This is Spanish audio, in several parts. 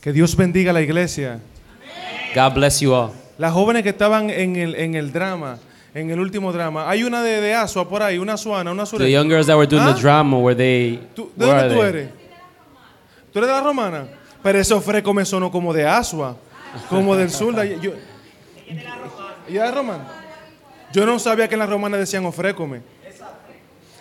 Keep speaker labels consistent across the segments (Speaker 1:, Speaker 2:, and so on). Speaker 1: Que Dios bendiga a la iglesia.
Speaker 2: God bless you all.
Speaker 1: Las jóvenes que estaban en el, en el drama, en el último drama. Hay una de, de Asua por ahí, una suana, una
Speaker 2: The
Speaker 1: sureña.
Speaker 2: young girls that were doing
Speaker 1: Huh?
Speaker 2: the drama, were they?
Speaker 1: ¿Tú, ¿De
Speaker 2: where are
Speaker 1: dónde tú
Speaker 2: they?
Speaker 1: eres? ¿Tú eres de la romana? Pero ese ofreco me sonó como de Asua, como del sur. De, yo, ¿Y de la romana? Yo no sabía que en la romana decían ofrécome.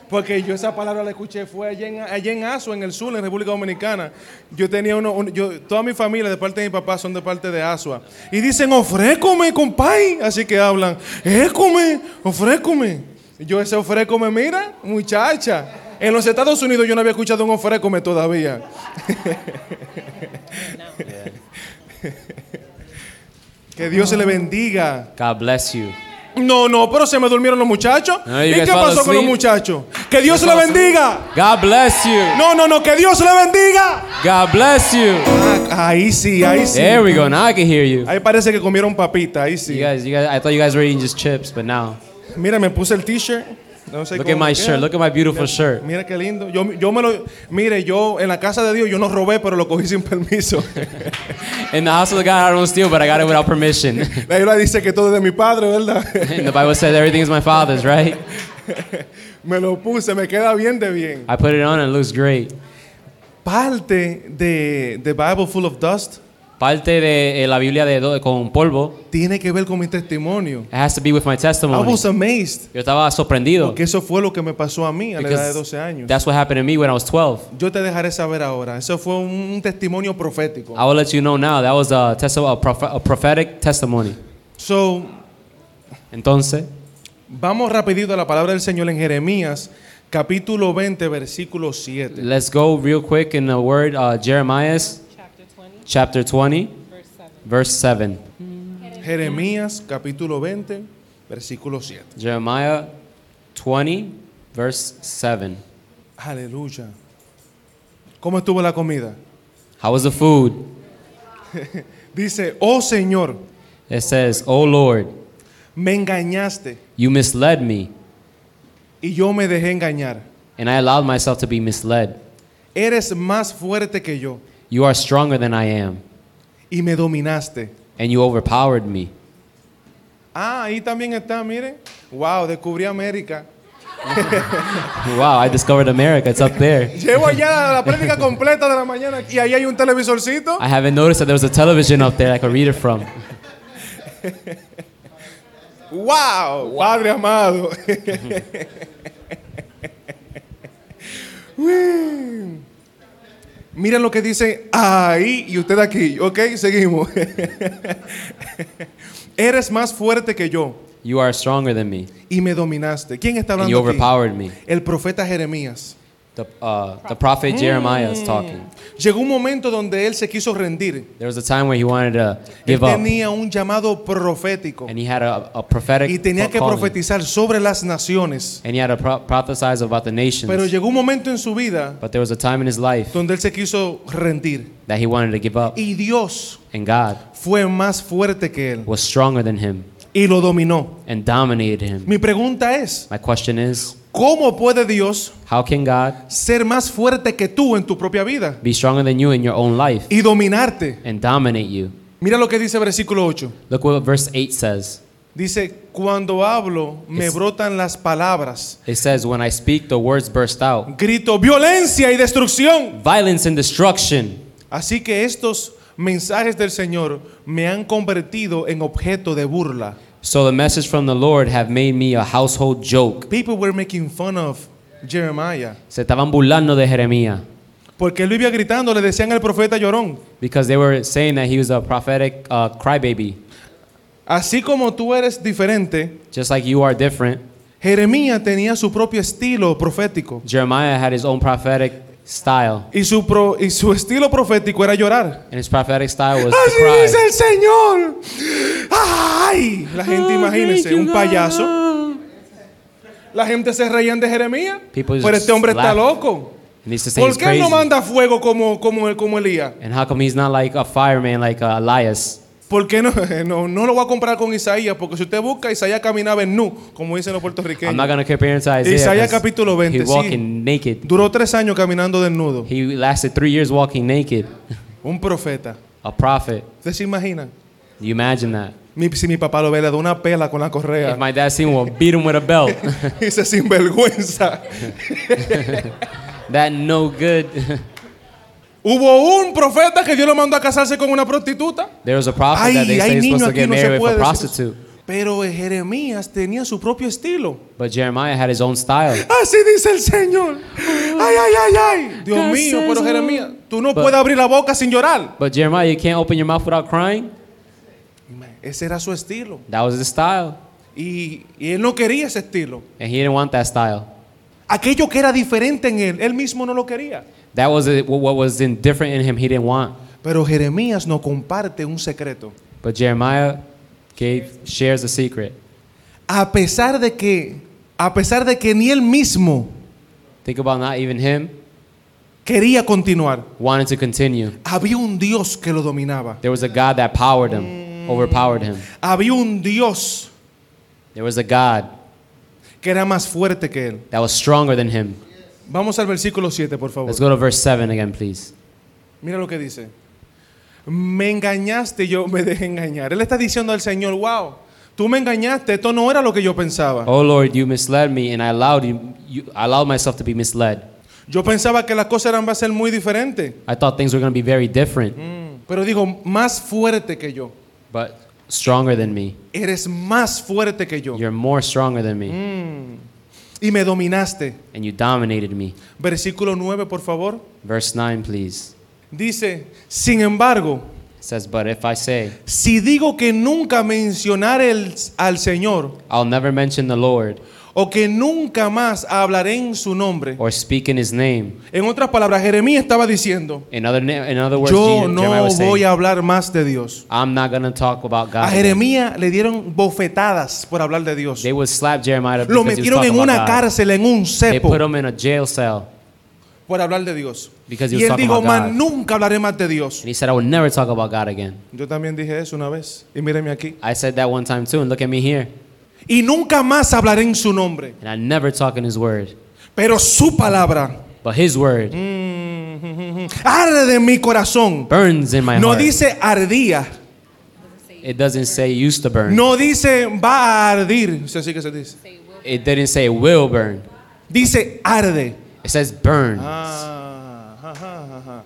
Speaker 1: Porque yo esa palabra la escuché fue allá en, allá en Asua, en el sur, en República Dominicana. Yo tenía uno, un- yo, toda mi familia de parte de mi papá son de parte de Asua. Y dicen, ofrécome, compay. Así que hablan, écome, ofrécome. Y Yo ese ofrécome, mira, muchacha. En los Estados Unidos yo no había escuchado un ofrécome todavía. que Dios se le bendiga.
Speaker 2: God bless you.
Speaker 1: No, no, pero se me durmieron los muchachos.
Speaker 2: Ah, you
Speaker 1: ¿Y
Speaker 2: guys
Speaker 1: qué
Speaker 2: fall
Speaker 1: pasó con los
Speaker 2: asleep?
Speaker 1: muchachos? Que Dios
Speaker 2: You
Speaker 1: le
Speaker 2: guys fall
Speaker 1: bendiga.
Speaker 2: God bless you.
Speaker 1: No, no, no, que Dios le bendiga.
Speaker 2: God bless you.
Speaker 1: Ah, ahí sí, ahí sí.
Speaker 2: There we go. Now I can hear you.
Speaker 1: Ahí parece que comieron papita, ahí
Speaker 2: You
Speaker 1: sí.
Speaker 2: guys, you guys. I thought you guys were eating just chips, but now
Speaker 1: Mira, me puse el t-shirt. No sé
Speaker 2: look
Speaker 1: cómo
Speaker 2: at my
Speaker 1: me queda.
Speaker 2: shirt. Look at my beautiful shirt.
Speaker 1: Mira qué lindo. Yo, yo me lo. Mire, yo en la casa de Dios yo no robé, pero lo cogí sin permiso.
Speaker 2: In the house of God, I don't steal, but I got it without permission.
Speaker 1: La Biblia dice que todo es de mi padre, ¿verdad?
Speaker 2: And the Bible says everything is my father's, right?
Speaker 1: me lo puse, me queda bien de bien.
Speaker 2: I put it on and it looks great.
Speaker 1: Parte de, de Bible Full of Dust
Speaker 2: Parte de eh, la Biblia de do- con polvo.
Speaker 1: tiene que ver con mi testimonio.
Speaker 2: It has to be with my
Speaker 1: I
Speaker 2: testimony.
Speaker 1: was amazed.
Speaker 2: Yo estaba sorprendido.
Speaker 1: Que eso fue lo que me pasó a mí a la edad de
Speaker 2: because
Speaker 1: 12 años.
Speaker 2: That's what happened to me when I was 12.
Speaker 1: Yo te dejaré saber ahora. Eso fue un, un testimonio profético.
Speaker 2: I will let you know now. That was a, testi- a, proph- a prophetic testimony.
Speaker 1: So,
Speaker 2: Entonces,
Speaker 1: vamos rapidito a la palabra del Señor en Jeremías, capítulo 20, versículo 7.
Speaker 2: let's go real quick in the word uh, Jeremiah's
Speaker 3: Chapter 20,
Speaker 2: chapter 20,
Speaker 3: verse 7.
Speaker 2: verse 7.
Speaker 1: Jeremías, capítulo 20, versículo 7.
Speaker 2: Jeremiah 20, verse 7.
Speaker 1: Aleluya. ¿Cómo estuvo la comida?
Speaker 2: How was the food?
Speaker 1: Dice, oh Señor,
Speaker 2: It says, O Lord,
Speaker 1: me engañaste
Speaker 2: you misled me,
Speaker 1: y yo me dejé engañar.
Speaker 2: and I allowed myself to be misled.
Speaker 1: Eres más fuerte que yo
Speaker 2: You are stronger than I am,
Speaker 1: y me dominaste.
Speaker 2: and you overpowered me.
Speaker 1: Ah, ahí también está, miren. Wow, descubrí América.
Speaker 2: Wow, I discovered America. It's up there.
Speaker 1: Llevo ya la prédica completa de la mañana y ahí hay un televisorcito.
Speaker 2: I haven't noticed that there was a television up there I could read it from.
Speaker 1: ¡Wow! Padre amado. Uy. Miren lo que dice ahí y usted aquí, ¿ok? Seguimos. Eres más fuerte que yo
Speaker 2: You are stronger than me,
Speaker 1: y me dominaste. ¿Quién está
Speaker 2: and you
Speaker 1: hablando aquí?
Speaker 2: overpowered me.
Speaker 1: El profeta Jeremías.
Speaker 2: The, uh, the
Speaker 1: Mm.
Speaker 2: prophet Jeremiah is talking.
Speaker 1: Llegó un momento donde él se quiso rendir.
Speaker 2: There was a time where he wanted to
Speaker 1: Él
Speaker 2: give up,
Speaker 1: tenía un llamado profético
Speaker 2: and he had a, a prophetic
Speaker 1: y tenía que
Speaker 2: calling,
Speaker 1: profetizar sobre las naciones.
Speaker 2: and he had to pro- prophesize about the
Speaker 1: Pero
Speaker 2: nations.
Speaker 1: llegó un momento en su vida
Speaker 2: But there was a time in his life
Speaker 1: donde él se quiso rendir.
Speaker 2: that he wanted to give up,
Speaker 1: Y Dios
Speaker 2: and God
Speaker 1: fue más fuerte que él
Speaker 2: was stronger than him
Speaker 1: y lo dominó.
Speaker 2: and dominated him.
Speaker 1: Mi pregunta es,
Speaker 2: My question is,
Speaker 1: ¿cómo puede Dios
Speaker 2: how can God
Speaker 1: ser más fuerte que tú en tu propia vida
Speaker 2: be stronger than you in your own life
Speaker 1: y dominarte?
Speaker 2: and dominate you?
Speaker 1: Mira lo que dice versículo 8.
Speaker 2: Look what verse 8 says.
Speaker 1: Dice, cuando hablo me
Speaker 2: Es-
Speaker 1: brotan las palabras.
Speaker 2: It says, When I speak, the words burst out.
Speaker 1: Grito, violencia y destrucción.
Speaker 2: Violence and destruction.
Speaker 1: Así que estos mensajes del Señor me han convertido en objeto de burla.
Speaker 2: So the message from the Lord have made me a household joke.
Speaker 1: People were making fun of Jeremiah.
Speaker 2: Se estaban burlando de Jeremías
Speaker 1: Porque él vivía gritando, le decían al profeta llorón,
Speaker 2: because they were saying that he was a prophetic uh, crybaby.
Speaker 1: así como tú eres diferente,
Speaker 2: Just like you are different,
Speaker 1: Jeremías tenía su propio estilo profético.
Speaker 2: Jeremiah had his own prophetic style.
Speaker 1: Y su, pro- y su estilo profético era llorar.
Speaker 2: And his prophetic style was to
Speaker 1: Así dice
Speaker 2: cry.
Speaker 1: el Señor. ¡Ay! La gente, imagínese, un payaso. La gente se reían de Jeremías.
Speaker 2: People
Speaker 1: Pero
Speaker 2: just
Speaker 1: este hombre está
Speaker 2: laugh.
Speaker 1: loco.
Speaker 2: And he's just saying
Speaker 1: ¿Por
Speaker 2: he's
Speaker 1: qué él no
Speaker 2: crazy.
Speaker 1: manda fuego como, como, él- como Elías?
Speaker 2: And how come he's not like a fireman like uh, Elias?
Speaker 1: ¿Por qué no, no, no lo voy a comparar con Isaías? Porque si usted busca, Isaías caminaba en nu, como dicen los
Speaker 2: I'm not
Speaker 1: puertorriqueños.
Speaker 2: gonna compare him to Isaiah.
Speaker 1: Isaías
Speaker 2: 'cause
Speaker 1: capítulo 20,
Speaker 2: He
Speaker 1: sí.
Speaker 2: walking naked.
Speaker 1: Duró tres años caminando desnudo.
Speaker 2: He lasted three years walking naked.
Speaker 1: Un profeta.
Speaker 2: a prophet.
Speaker 1: ¿Ustedes se imaginan?
Speaker 2: You imagine that.
Speaker 1: Mi- si mi papá lo ve, le da una pela con la correa.
Speaker 2: If my dad seen one, beat him with a belt.
Speaker 1: Y se sinvergüenza.
Speaker 2: that no good.
Speaker 1: Hubo un profeta que Dios lo mandó a casarse con una prostituta.
Speaker 2: there was a prophet that
Speaker 1: Ay,
Speaker 2: they say
Speaker 1: hay
Speaker 2: is supposed
Speaker 1: niños
Speaker 2: to
Speaker 1: aquí
Speaker 2: get
Speaker 1: no se
Speaker 2: married with
Speaker 1: puede.
Speaker 2: a prostitute.
Speaker 1: Pero eh, Jeremías tenía su propio estilo.
Speaker 2: But Jeremiah had his own style.
Speaker 1: Así dice el Señor. Ay, ay, ay, ay. Dios mío, pero Jeremías, tú no
Speaker 2: But-
Speaker 1: puedes abrir la boca sin llorar.
Speaker 2: But Jeremiah, you can't open your mouth without crying.
Speaker 1: Ese era su estilo.
Speaker 2: That was his style.
Speaker 1: Y, y él no quería ese estilo.
Speaker 2: And he didn't want that style.
Speaker 1: Aquello que era diferente en él, él mismo no lo quería.
Speaker 2: That was it, what was indifferent in him, he didn't want.
Speaker 1: Pero Jeremías no comparte un secreto.
Speaker 2: But Jeremiah gave, shares a secret.
Speaker 1: A pesar de que, a pesar de que ni él mismo
Speaker 2: Think about not even him
Speaker 1: quería continuar,
Speaker 2: wanted to continue.
Speaker 1: había un Dios que lo dominaba.
Speaker 2: There was a God that powered him, overpowered him.
Speaker 1: Había un Dios
Speaker 2: There was a God
Speaker 1: que era más fuerte que él.
Speaker 2: that was stronger than him.
Speaker 1: Vamos al versículo 7, por favor.
Speaker 2: Let's go to verse 7 again, please.
Speaker 1: Mira lo que dice. Me engañaste y yo me dejé engañar. Él está diciendo al Señor, wow, tú me engañaste, esto no era lo que yo pensaba.
Speaker 2: Oh Lord, you misled me, and I allowed you, you I allowed myself to be misled.
Speaker 1: Yo pensaba que las cosas eran, va a ser muy diferentes.
Speaker 2: I thought things were going to be very different,
Speaker 1: Pero digo, más fuerte que yo.
Speaker 2: but stronger than me.
Speaker 1: Eres más fuerte que yo.
Speaker 2: You're more stronger than me,
Speaker 1: Y me dominaste.
Speaker 2: and you dominated me.
Speaker 1: Versículo 9, por favor.
Speaker 2: Verse 9, please.
Speaker 1: Dice, sin embargo,
Speaker 2: It says, "But if I say,
Speaker 1: si digo que nunca mencionaré el- al Señor
Speaker 2: I'll never mention the Lord
Speaker 1: o que nunca más hablaré en su nombre.
Speaker 2: or speak in his name."
Speaker 1: En otras palabras, Jeremías estaba diciendo,
Speaker 2: In other na- in other words,
Speaker 1: Yo
Speaker 2: Je- Jeremiah
Speaker 1: no
Speaker 2: was saying,
Speaker 1: voy a hablar más de Dios.
Speaker 2: I'm not going to talk about God.
Speaker 1: A Jeremías le dieron bofetadas por hablar de Dios.
Speaker 2: They would slap Jeremiah
Speaker 1: Lo
Speaker 2: because he was
Speaker 1: metieron en
Speaker 2: talking
Speaker 1: una
Speaker 2: about God.
Speaker 1: cárcel, en un
Speaker 2: They
Speaker 1: cepo,
Speaker 2: put him in a jail cell,
Speaker 1: por hablar de Dios.
Speaker 2: Because he
Speaker 1: Y
Speaker 2: was
Speaker 1: él
Speaker 2: talking
Speaker 1: dijo,
Speaker 2: about
Speaker 1: más
Speaker 2: God."
Speaker 1: nunca hablaré más de Dios.
Speaker 2: and he said, "I will never talk about God again."
Speaker 1: Yo también dije eso una vez. Y míreme aquí.
Speaker 2: I said that one time too, and look at me here.
Speaker 1: Y nunca más hablaré en su nombre.
Speaker 2: And I never talk in His word,
Speaker 1: Pero su palabra
Speaker 2: but His word
Speaker 1: arde en mi corazón.
Speaker 2: burns in my
Speaker 1: No
Speaker 2: heart.
Speaker 1: dice ardía.
Speaker 2: it doesn't say it used to burn.
Speaker 1: No dice va a ardir. Eso así que se dice.
Speaker 2: It didn't say it will burn.
Speaker 1: Dice arde.
Speaker 2: It says burn.
Speaker 1: Ah, ajá, ajá.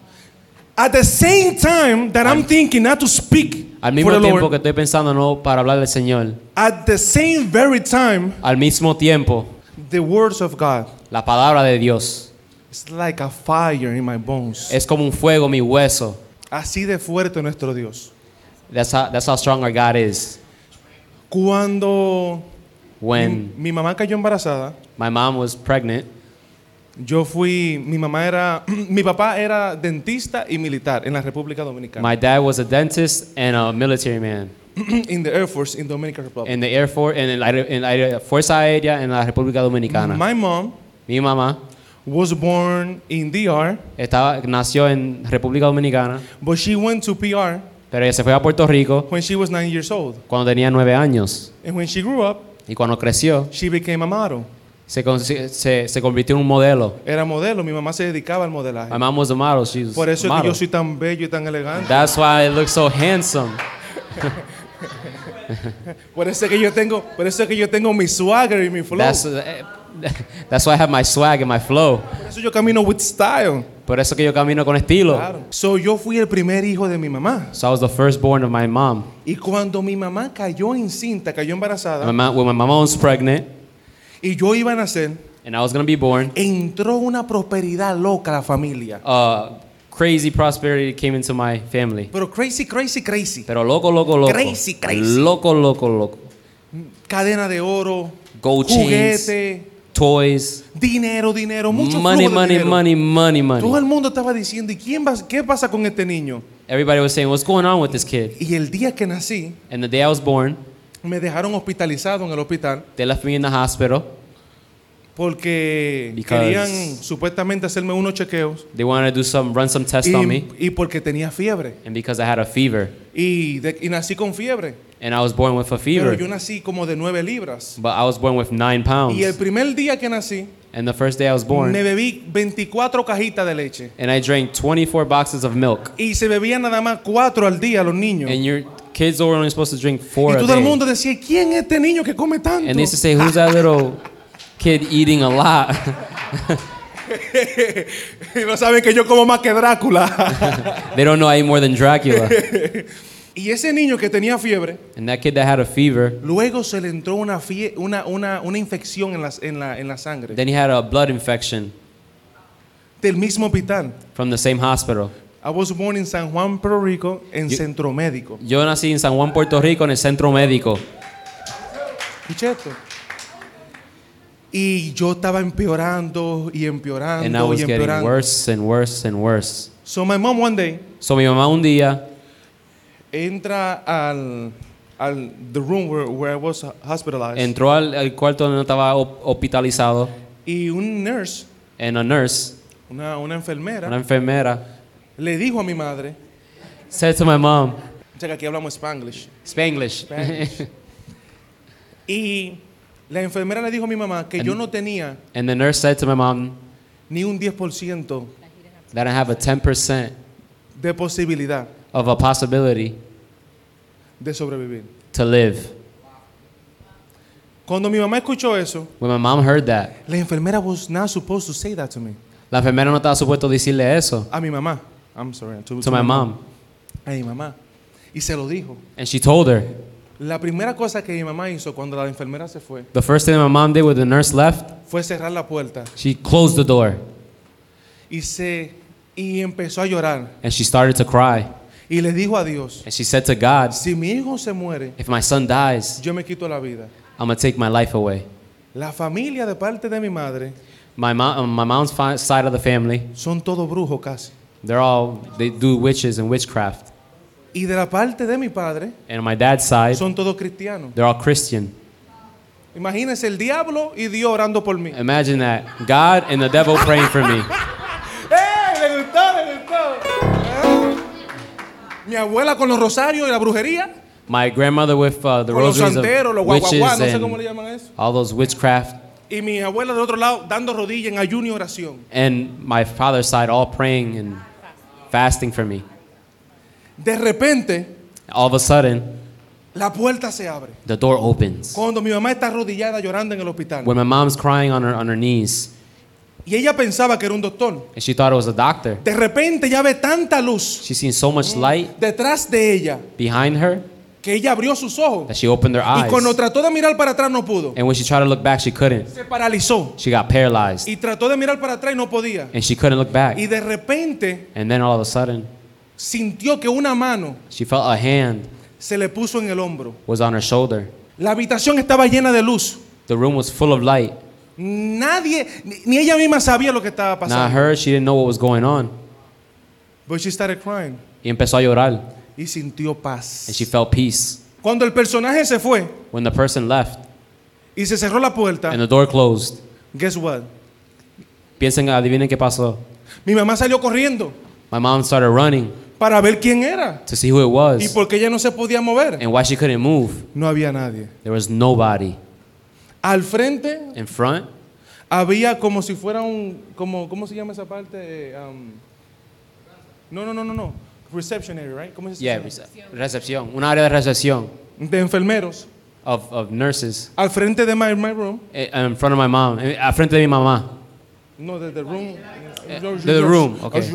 Speaker 1: At the same time that I'm thinking not to speak
Speaker 2: Al
Speaker 1: for the
Speaker 2: mismo tiempo
Speaker 1: Lord,
Speaker 2: que estoy pensando no para hablar del Señor,
Speaker 1: at the same very time,
Speaker 2: al mismo tiempo
Speaker 1: the words of God
Speaker 2: la palabra de Dios
Speaker 1: is like a fire in my bones.
Speaker 2: es como un fuego en mi hueso.
Speaker 1: Así de fuerte nuestro Dios.
Speaker 2: That's how, that's how strong our God is.
Speaker 1: Cuando
Speaker 2: When
Speaker 1: mi mamá cayó embarazada,
Speaker 2: my mom was pregnant,
Speaker 1: yo fui, mi mamá era, mi papá era dentista y militar en la República Dominicana.
Speaker 2: my dad was a dentist and a military man.
Speaker 1: in the Air Force in Dominican Republic.
Speaker 2: en the Air Force, en, el aire- en la aire- Fuerza Aérea en la República Dominicana.
Speaker 1: My mom
Speaker 2: Mi mamá
Speaker 1: was born in DR,
Speaker 2: estaba, nació en República Dominicana,
Speaker 1: but she went to PR
Speaker 2: pero ella se fue a Puerto Rico
Speaker 1: when she was nine years old.
Speaker 2: cuando tenía nueve años.
Speaker 1: And when she grew up,
Speaker 2: Y cuando creció,
Speaker 1: she became a model.
Speaker 2: se, con- se, se- se convirtió en un modelo.
Speaker 1: Era modelo, mi mamá se dedicaba al modelaje.
Speaker 2: My mom was a model. She was
Speaker 1: Por eso
Speaker 2: a
Speaker 1: es que
Speaker 2: model.
Speaker 1: yo soy tan bello y tan elegante.
Speaker 2: That's why I look so handsome.
Speaker 1: Por eso es que yo tengo, por eso es que yo tengo mi swagger y mi flow.
Speaker 2: That's, eh, that's why I have my swag and my flow.
Speaker 1: Por eso yo camino with style.
Speaker 2: Por eso que yo camino con estilo.
Speaker 1: Claro. So yo fui el primer hijo de mi mamá.
Speaker 2: So I was the firstborn of my mom.
Speaker 1: Y cuando mi mamá cayó encinta, cayó
Speaker 2: My
Speaker 1: embarazada,
Speaker 2: mom when my mom was pregnant
Speaker 1: y yo iba a nacer,
Speaker 2: and I was going to be born,
Speaker 1: entró una prosperidad loca a la familia.
Speaker 2: uh, crazy prosperity came into my family.
Speaker 1: Pero crazy, crazy, crazy.
Speaker 2: Pero loco, loco, loco.
Speaker 1: Crazy, crazy.
Speaker 2: Loco, loco, loco.
Speaker 1: Cadena de oro,
Speaker 2: Gold chains.
Speaker 1: juguete,
Speaker 2: Toys.
Speaker 1: dinero, dinero, mucho
Speaker 2: money,
Speaker 1: flujo de
Speaker 2: money,
Speaker 1: dinero.
Speaker 2: money, money,
Speaker 1: Todo
Speaker 2: money.
Speaker 1: el mundo estaba diciendo, ¿y quién va- qué pasa con este niño?
Speaker 2: Everybody was saying, what's going on with this kid?
Speaker 1: Y el día que nací,
Speaker 2: And the day I was born,
Speaker 1: me dejaron hospitalizado en el hospital
Speaker 2: they left me in the hospital
Speaker 1: porque
Speaker 2: Because-
Speaker 1: querían supuestamente hacerme unos chequeos
Speaker 2: They wanted to do some, run some tests on me,
Speaker 1: y, y porque tenía fiebre.
Speaker 2: and because I had a fever,
Speaker 1: Y, de- y nací con fiebre,
Speaker 2: and I was born with a
Speaker 1: pero
Speaker 2: fever,
Speaker 1: yo nací como de 9 libras.
Speaker 2: but I was born with nine
Speaker 1: Y el
Speaker 2: pounds.
Speaker 1: primer día que nací,
Speaker 2: And the first day I was
Speaker 1: me
Speaker 2: born,
Speaker 1: bebí 24 cajitas de leche.
Speaker 2: and I drank 24 boxes of milk.
Speaker 1: Y se bebían nada más 4 al día los niños.
Speaker 2: And your kids were only supposed to drink
Speaker 1: Y
Speaker 2: four a
Speaker 1: todo el
Speaker 2: day.
Speaker 1: mundo decía, ¿quién es este niño que come tanto?
Speaker 2: And they used to say, "Who's that little kid eating a lot?"
Speaker 1: y no saben que yo como más que Drácula.
Speaker 2: they don't know I eat more than Dracula.
Speaker 1: y ese niño que tenía fiebre,
Speaker 2: And that kid that had a fever,
Speaker 1: luego se le entró una, fie- una, una, una infección en, las- en, la, en la sangre
Speaker 2: then he had a blood infection
Speaker 1: del mismo hospital.
Speaker 2: from the same hospital.
Speaker 1: I was born in San Juan, Puerto Rico, en Centro Médico.
Speaker 2: Yo nací en San Juan, Puerto Rico, en el centro médico.
Speaker 1: Escucha esto. Y yo estaba empeorando y empeorando
Speaker 2: And I
Speaker 1: y
Speaker 2: was getting
Speaker 1: empeorando.
Speaker 2: worse and worse and worse.
Speaker 1: So my mom one day
Speaker 2: So mi mamá un día
Speaker 1: entra al, al the room where, where I was hospitalized
Speaker 2: entró al, al cuarto donde estaba ho- hospitalizado
Speaker 1: y un nurse,
Speaker 2: and a nurse,
Speaker 1: una, una enfermera,
Speaker 2: una enfermera,
Speaker 1: le dijo a mi madre,
Speaker 2: said to my mom,
Speaker 1: o sea que aquí hablamos spanglish,
Speaker 2: Spanglish.
Speaker 1: Spanglish. y la enfermera le dijo a mi mamá que yo no tenía
Speaker 2: and the nurse said to my mom
Speaker 1: ni un 10%
Speaker 2: that I have a 10%
Speaker 1: de posibilidad
Speaker 2: of a possibility
Speaker 1: de sobrevivir.
Speaker 2: to live.
Speaker 1: Cuando mi mamá escuchó eso,
Speaker 2: When my mom heard that,
Speaker 1: la enfermera was not supposed to say that to me.
Speaker 2: la enfermera no estaba supuesto decirle eso
Speaker 1: A mi mamá. I'm sorry. To,
Speaker 2: to my mom.
Speaker 1: A mi mamá. Y se lo dijo.
Speaker 2: And she told her.
Speaker 1: La primera cosa que mi mamá hizo cuando la enfermera se fue
Speaker 2: The first thing my mom did when the nurse left,
Speaker 1: fue cerrar la puerta
Speaker 2: she closed the door
Speaker 1: y se y empezó a llorar
Speaker 2: and she started to cry.
Speaker 1: y le dijo a Dios,
Speaker 2: And she said to God,
Speaker 1: si mi hijo se muere,
Speaker 2: If my son dies,
Speaker 1: yo me quito la vida.
Speaker 2: I'm going to take my life away.
Speaker 1: La familia de parte de mi madre
Speaker 2: My, mom, my mom's fi- side of the family,
Speaker 1: son todos brujos casi.
Speaker 2: they're all, they do witches and witchcraft.
Speaker 1: Y de la parte de mi padre
Speaker 2: And on my dad's side,
Speaker 1: son todos cristianos.
Speaker 2: they're all Christian.
Speaker 1: Imagínense el diablo y Dios orando por mí.
Speaker 2: Imagine that. God and the devil praying for me.
Speaker 1: ¡Eh! ¡Le gustó, le gustó! Mi abuela con los rosarios y la brujería.
Speaker 2: My grandmother with uh, the
Speaker 1: con los
Speaker 2: rosaries of
Speaker 1: santeros, los guaguaguá,
Speaker 2: witches
Speaker 1: no sé cómo le
Speaker 2: and
Speaker 1: llaman a eso.
Speaker 2: all those witchcraft.
Speaker 1: Y mi abuela del otro lado dando rodillas en ayuno y oración.
Speaker 2: And my father's side, all praying and fasting for me.
Speaker 1: De repente,
Speaker 2: All of a sudden,
Speaker 1: la puerta se abre.
Speaker 2: the door opens.
Speaker 1: Cuando mi mamá está arrodillada llorando en el hospital.
Speaker 2: When my mom's crying on her, on her knees,
Speaker 1: Y ella pensaba que era un doctor.
Speaker 2: and she thought it was a doctor.
Speaker 1: De repente ya ve tanta luz
Speaker 2: She seen so much light
Speaker 1: detrás de ella
Speaker 2: behind her
Speaker 1: que ella abrió sus
Speaker 2: that
Speaker 1: ojos.
Speaker 2: she opened her
Speaker 1: Y
Speaker 2: eyes. Em.
Speaker 1: cuando trató de mirar para atrás no pudo.
Speaker 2: And when she tried to look back, she couldn't.
Speaker 1: Se paralizó.
Speaker 2: She got paralyzed
Speaker 1: Y trató de mirar para atrás y no podía.
Speaker 2: and she couldn't look back.
Speaker 1: Y de repente
Speaker 2: And then all of a sudden,
Speaker 1: sintió que una mano
Speaker 2: she felt a hand
Speaker 1: se le puso en el hombro.
Speaker 2: was on her shoulder.
Speaker 1: La habitación estaba llena de luz.
Speaker 2: The room was full of light.
Speaker 1: Nadie, ni- ni ella misma sabía lo que estaba
Speaker 2: Not
Speaker 1: pasando.
Speaker 2: her, she didn't know what was going on.
Speaker 1: But she started crying
Speaker 2: Y empezó a llorar
Speaker 1: y sintió
Speaker 2: and
Speaker 1: paz.
Speaker 2: she felt peace.
Speaker 1: Cuando el personaje se fue
Speaker 2: When the person left
Speaker 1: y se cerró la
Speaker 2: and
Speaker 1: puerta,
Speaker 2: the door closed,
Speaker 1: guess what?
Speaker 2: piensen, adivinen qué pasó.
Speaker 1: Mi mamá salió corriendo
Speaker 2: My mom started running
Speaker 1: para ver quién era
Speaker 2: to see who it
Speaker 1: y
Speaker 2: was
Speaker 1: por qué ella no se podía mover.
Speaker 2: and why she couldn't move.
Speaker 1: No había nadie.
Speaker 2: There was nobody
Speaker 1: Al frente
Speaker 2: in front.
Speaker 1: había como si fuera un, como, ¿cómo se llama esa parte? Eh, um, no, no, no, no, no. Reception area, right? ¿Cómo se
Speaker 2: Yeah,
Speaker 1: llama?
Speaker 2: recepción. Un área de recepción
Speaker 1: De enfermeros.
Speaker 2: of, of nurses
Speaker 1: Al frente de my, my room.
Speaker 2: eh, in front of my mom, eh, al frente de mi mamá.
Speaker 1: No, de the room.
Speaker 2: Eh, the room,
Speaker 1: Oh,
Speaker 2: okay.
Speaker 1: Le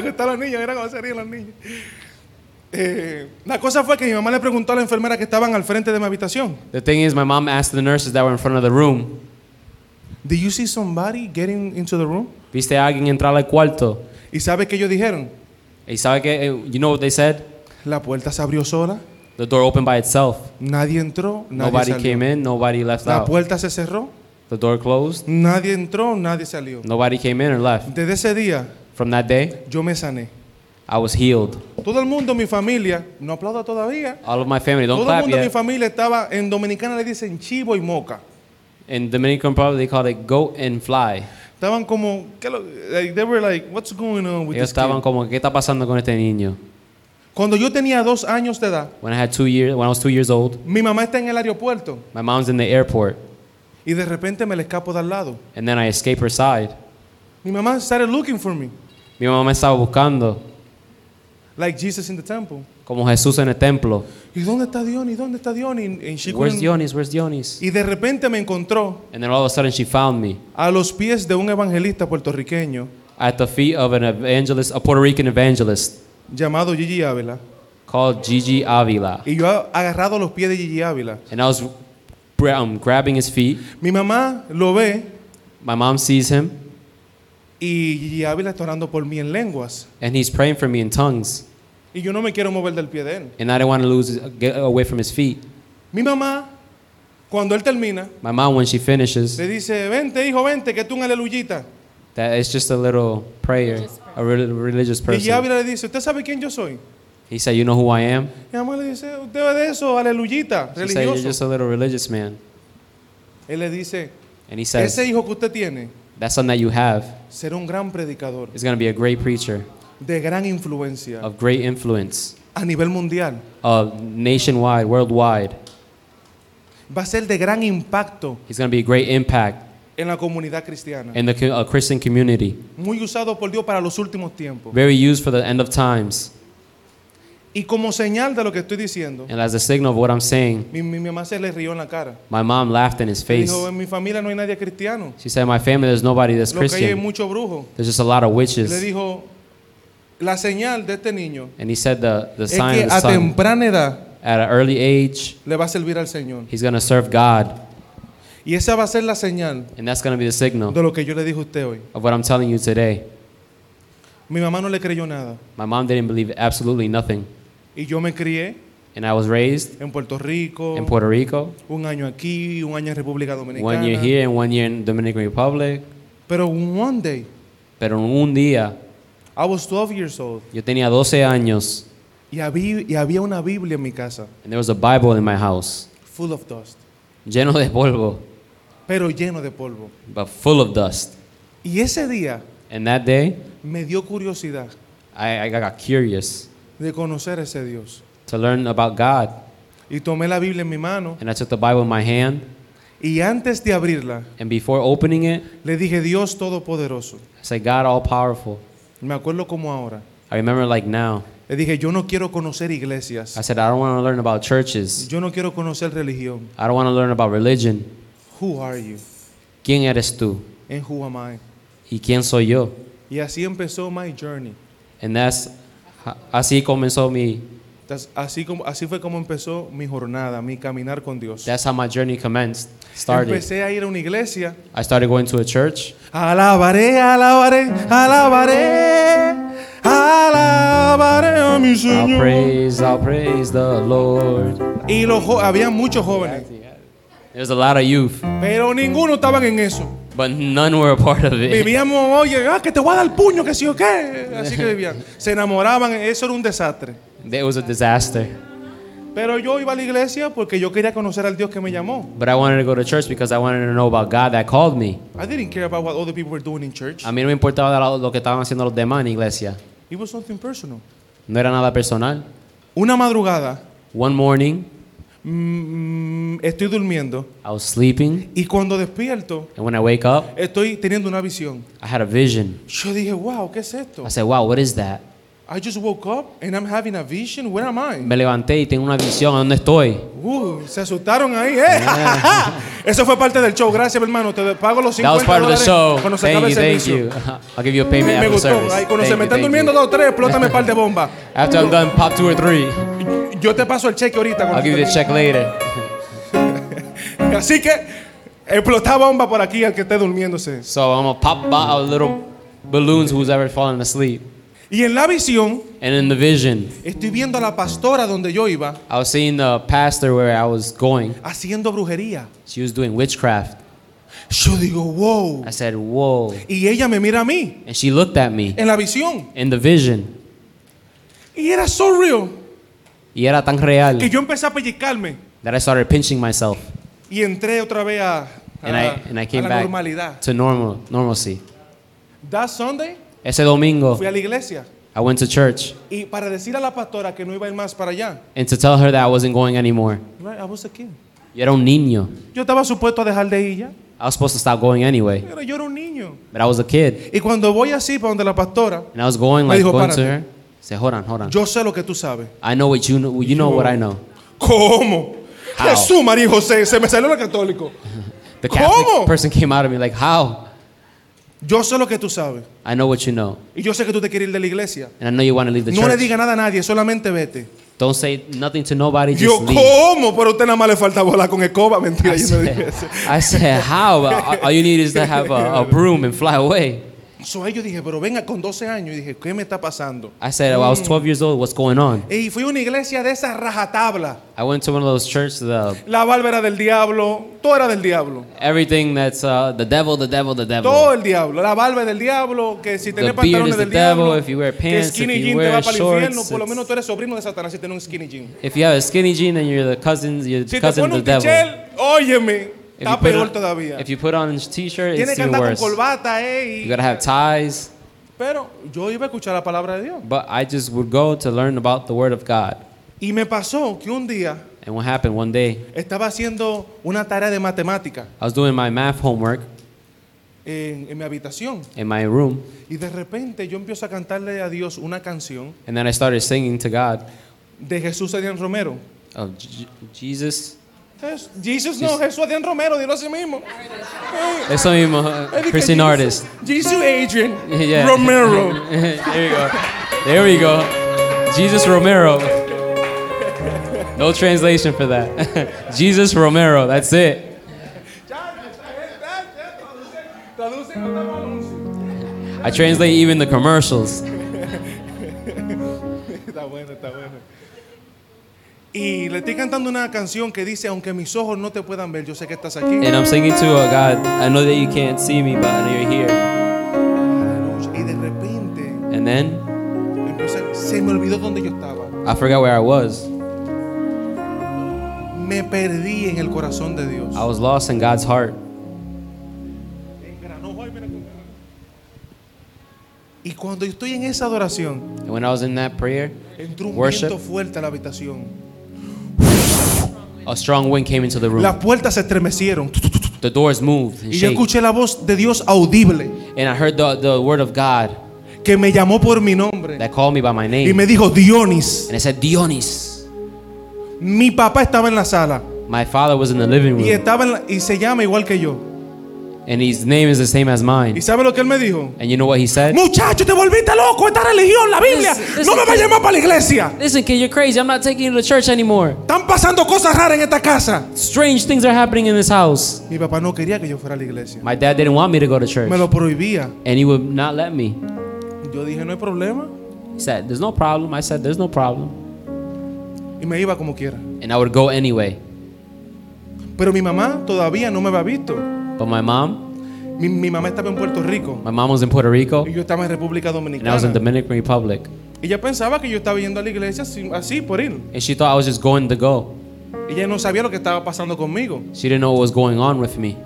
Speaker 1: gustan los niños, era como se ríen los niños. Eh, la cosa fue que mi mamá le preguntó a la enfermera que estaban al frente de mi habitación.
Speaker 2: The thing is, my mom asked the nurses that were in front of the room,
Speaker 1: Did you see somebody getting into the room?
Speaker 2: ¿viste a alguien entrar al cuarto?
Speaker 1: ¿Y sabe qué ellos dijeron?
Speaker 2: ¿Y sabe qué? Eh, You know what they said?
Speaker 1: La puerta se abrió sola,
Speaker 2: The door opened by itself.
Speaker 1: nadie entró, nadie
Speaker 2: Nobody
Speaker 1: salió.
Speaker 2: came in, nobody left
Speaker 1: La
Speaker 2: out.
Speaker 1: puerta se cerró,
Speaker 2: The door closed,
Speaker 1: nadie entró, nadie salió.
Speaker 2: nobody came in or left.
Speaker 1: Desde ese día
Speaker 2: From that day,
Speaker 1: yo me sané.
Speaker 2: I I was healed.
Speaker 1: Todo el mundo, mi familia, no aplauda todavía.
Speaker 2: All of my family, don't
Speaker 1: Todo el
Speaker 2: clap
Speaker 1: mundo, mi
Speaker 2: yet.
Speaker 1: familia estaba en Dominicana le dicen chivo y moca.
Speaker 2: In Dominican Republic, they called it goat and fly.
Speaker 1: Estaban como, ¿qué lo- like, they were like, what's going on with
Speaker 2: Ellos
Speaker 1: this
Speaker 2: estaban
Speaker 1: kid?
Speaker 2: como, ¿qué está pasando con este niño?
Speaker 1: Cuando yo tenía dos años de edad,
Speaker 2: When I had two years, when I was two years old,
Speaker 1: mi mamá está en el aeropuerto
Speaker 2: my mom's in the airport,
Speaker 1: y de repente me le escapo de al lado.
Speaker 2: and then I escape her side.
Speaker 1: Mi mamá started looking for me,
Speaker 2: Mi mamá me estaba buscando,
Speaker 1: like Jesus in the temple.
Speaker 2: como Jesús en el templo.
Speaker 1: ¿Y dónde está Diony? ¿Dónde está Diony? And she
Speaker 2: Where's
Speaker 1: couldn't-
Speaker 2: Dionis? Where's Dionis?
Speaker 1: Y de repente me encontró
Speaker 2: And then all of a sudden, she found me
Speaker 1: a los pies de un evangelista puertorriqueño
Speaker 2: at the feet of an evangelist, a Puerto Rican evangelist
Speaker 1: llamado Gigi Ávila.
Speaker 2: called Gigi Avila.
Speaker 1: Y yo a- agarrado a los pies de Gigi Ávila.
Speaker 2: And I was gra- um, grabbing his feet.
Speaker 1: Mi mamá lo ve
Speaker 2: My mom sees him,
Speaker 1: y Gigi Ávila está orando por mí en lenguas.
Speaker 2: and he's praying for me in tongues.
Speaker 1: Y yo no me quiero mover del pie de él.
Speaker 2: And I didn't want to lose, get away from his feet.
Speaker 1: Mi mamá, cuando él termina,
Speaker 2: My mom, when she finishes,
Speaker 1: le dice, vente hijo, vente, que tú un aleluyita.
Speaker 2: that it's just a little prayer, a re- religious
Speaker 1: Gigi
Speaker 2: person.
Speaker 1: Ávila le dice, ¿usted sabe quién yo soy?
Speaker 2: He said, "You know who I am."
Speaker 1: Mi mamá le dice, usted va de eso, aleluyita,
Speaker 2: He said, "You're
Speaker 1: religioso.
Speaker 2: just a little religious man,"
Speaker 1: Él le dice,
Speaker 2: and he says,
Speaker 1: ese hijo que usted tiene
Speaker 2: "That son that you have
Speaker 1: será un gran predicador,
Speaker 2: is going to be a great preacher
Speaker 1: de gran influencia
Speaker 2: of great influence,
Speaker 1: a nivel mundial.
Speaker 2: uh, nationwide, worldwide.
Speaker 1: Va a ser de gran impacto
Speaker 2: He's going to be a great impact
Speaker 1: en la comunidad cristiana.
Speaker 2: in the co- uh, Christian community.
Speaker 1: Muy usado por Dios para los últimos tiempos.
Speaker 2: Very used for the end of times,
Speaker 1: Y como señal de lo que estoy diciendo,
Speaker 2: and as a signal of what I'm saying,
Speaker 1: mi, mi mamá se le rió en la cara.
Speaker 2: my mom laughed in his
Speaker 1: Le
Speaker 2: face.
Speaker 1: Dijo, en mi familia no hay nadie cristiano.
Speaker 2: She said, "My family, there's nobody that's
Speaker 1: Lo que hay es
Speaker 2: Christian.
Speaker 1: mucho brujo.
Speaker 2: There's just a lot of
Speaker 1: Y Le
Speaker 2: witches."
Speaker 1: dijo, la señal de este niño
Speaker 2: And he said, "The the
Speaker 1: es
Speaker 2: sign
Speaker 1: que
Speaker 2: of the
Speaker 1: a
Speaker 2: sun
Speaker 1: temprana edad
Speaker 2: at an early age,
Speaker 1: le va a servir al Señor.
Speaker 2: he's going to serve God,
Speaker 1: Y esa va a ser la señal
Speaker 2: and that's going to be the signal
Speaker 1: de lo que yo le dije a usted hoy.
Speaker 2: of what I'm telling you today."
Speaker 1: Mi mamá no le creyó nada.
Speaker 2: My mom didn't believe absolutely nothing.
Speaker 1: Y yo me crié
Speaker 2: And I was raised
Speaker 1: en Puerto Rico,
Speaker 2: in Puerto Rico,
Speaker 1: un año aquí, un año en República
Speaker 2: one year
Speaker 1: Dominicana.
Speaker 2: here and one year in Dominican Republic.
Speaker 1: Pero one day,
Speaker 2: Pero un día,
Speaker 1: I was 12 years old,
Speaker 2: yo tenía 12 años,
Speaker 1: y había, y había una Biblia en mi casa,
Speaker 2: and there was a Bible in my house,
Speaker 1: full of dust,
Speaker 2: lleno de polvo,
Speaker 1: pero lleno de polvo.
Speaker 2: but full of dust.
Speaker 1: Y ese día
Speaker 2: And that day,
Speaker 1: me dio curiosidad
Speaker 2: I, I got curious
Speaker 1: de conocer a ese Dios.
Speaker 2: to learn about God.
Speaker 1: Y tomé la Biblia en mi mano,
Speaker 2: And I took the Bible in my hand,
Speaker 1: y antes de abrirla,
Speaker 2: and before opening it,
Speaker 1: le dije, Dios Todopoderoso,
Speaker 2: I said, God, all powerful.
Speaker 1: me acuerdo como ahora,
Speaker 2: I remember like now.
Speaker 1: le dije, yo no quiero conocer iglesias,
Speaker 2: I said, I don't want to learn about churches.
Speaker 1: yo no quiero conocer religión.
Speaker 2: I don't want to learn about religion.
Speaker 1: Who are you?
Speaker 2: ¿Quién eres tú?
Speaker 1: And who am I?
Speaker 2: ¿Y quién soy yo?
Speaker 1: Y así empezó my journey.
Speaker 2: And that's ho- así comenzó mi
Speaker 1: Tas- Así, como, así fue como empezó mi jornada, mi caminar con Dios.
Speaker 2: that's how my journey commenced. Started.
Speaker 1: Empecé a ir a una iglesia.
Speaker 2: I started going to a church.
Speaker 1: Alabaré, alabaré, alabaré, alabaré a mi
Speaker 2: I'll
Speaker 1: Señor.
Speaker 2: praise, I'll praise the Lord.
Speaker 1: Y los jo- había muchos jóvenes,
Speaker 2: There's a lot of youth,
Speaker 1: pero ninguno estaban en eso.
Speaker 2: but none were a part of it.
Speaker 1: Vivíamos, oye, ah, que te voy a dar puño, que sí o qué. Así que vivían. Se enamoraban, eso era un desastre.
Speaker 2: It was a disaster.
Speaker 1: Pero yo iba a la iglesia porque yo quería conocer al Dios que me llamó.
Speaker 2: But I wanted to go to church because I wanted to know about God that called me.
Speaker 1: I didn't care about what other people were doing in church.
Speaker 2: A mí no me importaba lo- lo que estaban haciendo los demás en la iglesia.
Speaker 1: It was something personal.
Speaker 2: No era nada personal.
Speaker 1: Una madrugada,
Speaker 2: One morning,
Speaker 1: mm, estoy durmiendo
Speaker 2: I was sleeping,
Speaker 1: y cuando despierto,
Speaker 2: and when I wake up,
Speaker 1: estoy teniendo una visión.
Speaker 2: I had a vision.
Speaker 1: Yo dije, wow, ¿qué es esto?
Speaker 2: I said, wow, what is that?
Speaker 1: I just woke up and I'm having a vision. Where am I?
Speaker 2: Me levanté y tengo una visión. ¿A dónde estoy?
Speaker 1: Uh, se asustaron ahí, ¿eh? Eso fue parte del show. Gracias, mi hermano. Te pago los
Speaker 2: That
Speaker 1: 50
Speaker 2: was part of the
Speaker 1: dólares
Speaker 2: show.
Speaker 1: cuando se acabe el
Speaker 2: Thank you, thank
Speaker 1: servicio.
Speaker 2: you. I'll give you a payment
Speaker 1: Me
Speaker 2: after
Speaker 1: gustó.
Speaker 2: service.
Speaker 1: Ahí, cuando
Speaker 2: Thank
Speaker 1: se me
Speaker 2: you,
Speaker 1: están
Speaker 2: thank
Speaker 1: durmiendo
Speaker 2: you.
Speaker 1: dos o tres, explótame par de bomba.
Speaker 2: After I'm done, pop two or three.
Speaker 1: Yo te paso el cheque ahorita. cuando
Speaker 2: I'll give you the
Speaker 1: te-
Speaker 2: check later.
Speaker 1: Así que explotá bomba por aquí al que esté durmiéndose.
Speaker 2: So I'm gonna pop bo- out little balloons who's ever fallen asleep.
Speaker 1: Y en la visión,
Speaker 2: And in the vision,
Speaker 1: estoy viendo a la pastora donde yo iba
Speaker 2: I was seeing the pastor where I was going.
Speaker 1: haciendo brujería.
Speaker 2: She was doing witchcraft.
Speaker 1: Yo digo, wow.
Speaker 2: I said, "Whoa!"
Speaker 1: Y ella me mira a mí
Speaker 2: And she looked at me
Speaker 1: en la visión.
Speaker 2: in the vision.
Speaker 1: Y era so real
Speaker 2: Y era tan real
Speaker 1: que yo empecé a pellizcarme
Speaker 2: that I started pinching myself.
Speaker 1: y entré otra vez a, a
Speaker 2: And I,
Speaker 1: la,
Speaker 2: and I
Speaker 1: a
Speaker 2: came
Speaker 1: la
Speaker 2: back
Speaker 1: normalidad.
Speaker 2: to normal, normalcy.
Speaker 1: That Sunday
Speaker 2: Ese domingo,
Speaker 1: fui a la iglesia
Speaker 2: I went to church
Speaker 1: y para decir a la pastora que no iba a ir más para allá.
Speaker 2: and to tell her that I wasn't going anymore.
Speaker 1: Right, I was a kid.
Speaker 2: Yo era un niño.
Speaker 1: Yo estaba supuesto a dejar de ir ya,
Speaker 2: I was supposed to stop going anyway,
Speaker 1: pero yo era un niño.
Speaker 2: but I was a kid.
Speaker 1: Y cuando voy así para donde la pastora,
Speaker 2: And I was going,
Speaker 1: Me
Speaker 2: like,
Speaker 1: dijo,
Speaker 2: going to
Speaker 1: "Párate."
Speaker 2: her. Say, hold on, hold on.
Speaker 1: yo sé lo que tú sabes.
Speaker 2: I know what you know. You know what I know.
Speaker 1: ¿Cómo?
Speaker 2: How?
Speaker 1: Jesús, María y José, se me salió el católico.
Speaker 2: The Catholic
Speaker 1: ¿Cómo?
Speaker 2: person came out of me like, how?
Speaker 1: Yo sé lo que tú sabes.
Speaker 2: I know what you know.
Speaker 1: Y yo sé que tú te quieres ir de la iglesia.
Speaker 2: And I know you want to leave the
Speaker 1: No le
Speaker 2: church.
Speaker 1: diga nada a nadie, solamente vete.
Speaker 2: Don't say nothing to nobody.
Speaker 1: Yo,
Speaker 2: Just leave.
Speaker 1: ¿cómo? Pero a usted nada más le falta volar con escoba. Mentira,
Speaker 2: I
Speaker 1: yo no dije
Speaker 2: said,
Speaker 1: eso.
Speaker 2: I said, how? All- All you need is to have a, a broom and fly away.
Speaker 1: So, ahí yo dije, pero venga, con 12 años. Y dije, ¿qué me está pasando? E,
Speaker 2: I said, well, I was 12 years old. What's going on?
Speaker 1: Y fui a una iglesia de esa rajatabla.
Speaker 2: I went to one of those churches. The,
Speaker 1: La bárbara del diablo, todo era del diablo.
Speaker 2: everything that's uh, the devil, the devil, the
Speaker 1: Todo
Speaker 2: devil.
Speaker 1: el diablo, la barba del diablo, que si tenés
Speaker 2: The beard
Speaker 1: pantalones
Speaker 2: is the
Speaker 1: del diablo,
Speaker 2: devil, if you wear
Speaker 1: que
Speaker 2: pants,
Speaker 1: skinny
Speaker 2: if you
Speaker 1: jean te
Speaker 2: wear
Speaker 1: va para el
Speaker 2: shorts,
Speaker 1: infierno, por lo
Speaker 2: it's-
Speaker 1: menos tú eres sobrino de Satanás si tenés un skinny jean.
Speaker 2: If you have a skinny jean and you're the cousin, you're
Speaker 1: Si
Speaker 2: the
Speaker 1: te
Speaker 2: cousin of
Speaker 1: pones
Speaker 2: the
Speaker 1: un
Speaker 2: devil.
Speaker 1: tichel, óyeme,
Speaker 2: If you
Speaker 1: está
Speaker 2: put
Speaker 1: peor
Speaker 2: on,
Speaker 1: todavía.
Speaker 2: if you put on a t-shirt,
Speaker 1: Tienes
Speaker 2: it's
Speaker 1: que
Speaker 2: even
Speaker 1: andar con
Speaker 2: worse.
Speaker 1: corbata, eh.
Speaker 2: You
Speaker 1: y-
Speaker 2: gotta have ties.
Speaker 1: Pero yo iba a escuchar la palabra de Dios.
Speaker 2: But I just would go to learn about the Word of God.
Speaker 1: Y me pasó que un día
Speaker 2: And what happened one day,
Speaker 1: estaba haciendo una tarea de matemática
Speaker 2: I was doing my math homework
Speaker 1: en, en mi habitación.
Speaker 2: in my room,
Speaker 1: Y de repente yo empiezo a cantarle a Dios una canción
Speaker 2: and then I started singing to God
Speaker 1: de Jesús Adrián Romero.
Speaker 2: of J- Jesus.
Speaker 1: Jes- Jesús no, Jesús Adrián Romero, dilo así mismo.
Speaker 2: There's some emo- uh,
Speaker 1: Erica,
Speaker 2: Christian
Speaker 1: Jesus-
Speaker 2: artist.
Speaker 1: Jesus Adrian
Speaker 2: Yeah.
Speaker 1: Romero.
Speaker 2: there you go. There we go. Jesus Romero. No translation for that. Jesus Romero. That's it. I translate even the commercials.
Speaker 1: Está bueno, está bueno. Y le estoy cantando una canción que dice, aunque mis ojos no te puedan ver, yo sé que estás aquí.
Speaker 2: And I'm singing to uh, God. I know that you can't see me, but I know you're here.
Speaker 1: Y de repente
Speaker 2: And then
Speaker 1: empecé- se me olvidó dónde yo estaba.
Speaker 2: I forgot where I was.
Speaker 1: Me perdí en el corazón de Dios.
Speaker 2: I was lost in God's heart.
Speaker 1: Engranó, ay, mira cómo- Y cuando yo estoy en esa adoración,
Speaker 2: And when I was in that prayer,
Speaker 1: entró un
Speaker 2: Worship.
Speaker 1: viento fuerte a la habitación.
Speaker 2: a strong wind came into the
Speaker 1: Las
Speaker 2: room.
Speaker 1: puertas se estremecieron.
Speaker 2: The doors moved and
Speaker 1: Y yo
Speaker 2: shake.
Speaker 1: escuché la voz de Dios audible
Speaker 2: And I heard the, the word of God
Speaker 1: que me llamó por mi nombre
Speaker 2: that called me by my
Speaker 1: y
Speaker 2: name.
Speaker 1: me dijo, Dionis,
Speaker 2: And it said, Dionis.
Speaker 1: mi papá estaba en la sala
Speaker 2: My father was in the living
Speaker 1: y,
Speaker 2: room.
Speaker 1: estaba en la- y se llama igual que yo.
Speaker 2: And his name is the same as
Speaker 1: ¿Y
Speaker 2: mine.
Speaker 1: sabe lo que él me dijo?
Speaker 2: And you know what he said?
Speaker 1: Muchacho, te volviste loco, esta religión, la Biblia,
Speaker 2: Listen, listen,
Speaker 1: no me va a
Speaker 2: kid.
Speaker 1: llamar para la iglesia.
Speaker 2: Listen, kid, you're crazy. I'm not taking you to church anymore.
Speaker 1: Están pasando cosas raras en esta casa.
Speaker 2: Strange things are happening in this house.
Speaker 1: Mi papá no quería que yo fuera a la iglesia.
Speaker 2: My dad didn't want me to go to
Speaker 1: Me
Speaker 2: church.
Speaker 1: lo prohibía.
Speaker 2: And he would not let me.
Speaker 1: Yo dije, no hay problema.
Speaker 2: He said, There's no problem. I said, There's no problem.
Speaker 1: Y me iba como quiera.
Speaker 2: And I would go anyway.
Speaker 1: Pero mi mamá todavía no me había visto.
Speaker 2: But my mom,
Speaker 1: Mi, mi mamá estaba en Puerto Rico
Speaker 2: my mom was in Puerto Rico.
Speaker 1: y yo estaba en República
Speaker 2: and I was
Speaker 1: Dominicana.
Speaker 2: in Dominican Republic,
Speaker 1: Ella pensaba que yo estaba yendo a la iglesia así, así, por ir.
Speaker 2: and she thought I was just going to go.
Speaker 1: Ella no sabía lo que estaba pasando conmigo.
Speaker 2: She didn't know what was going on with me.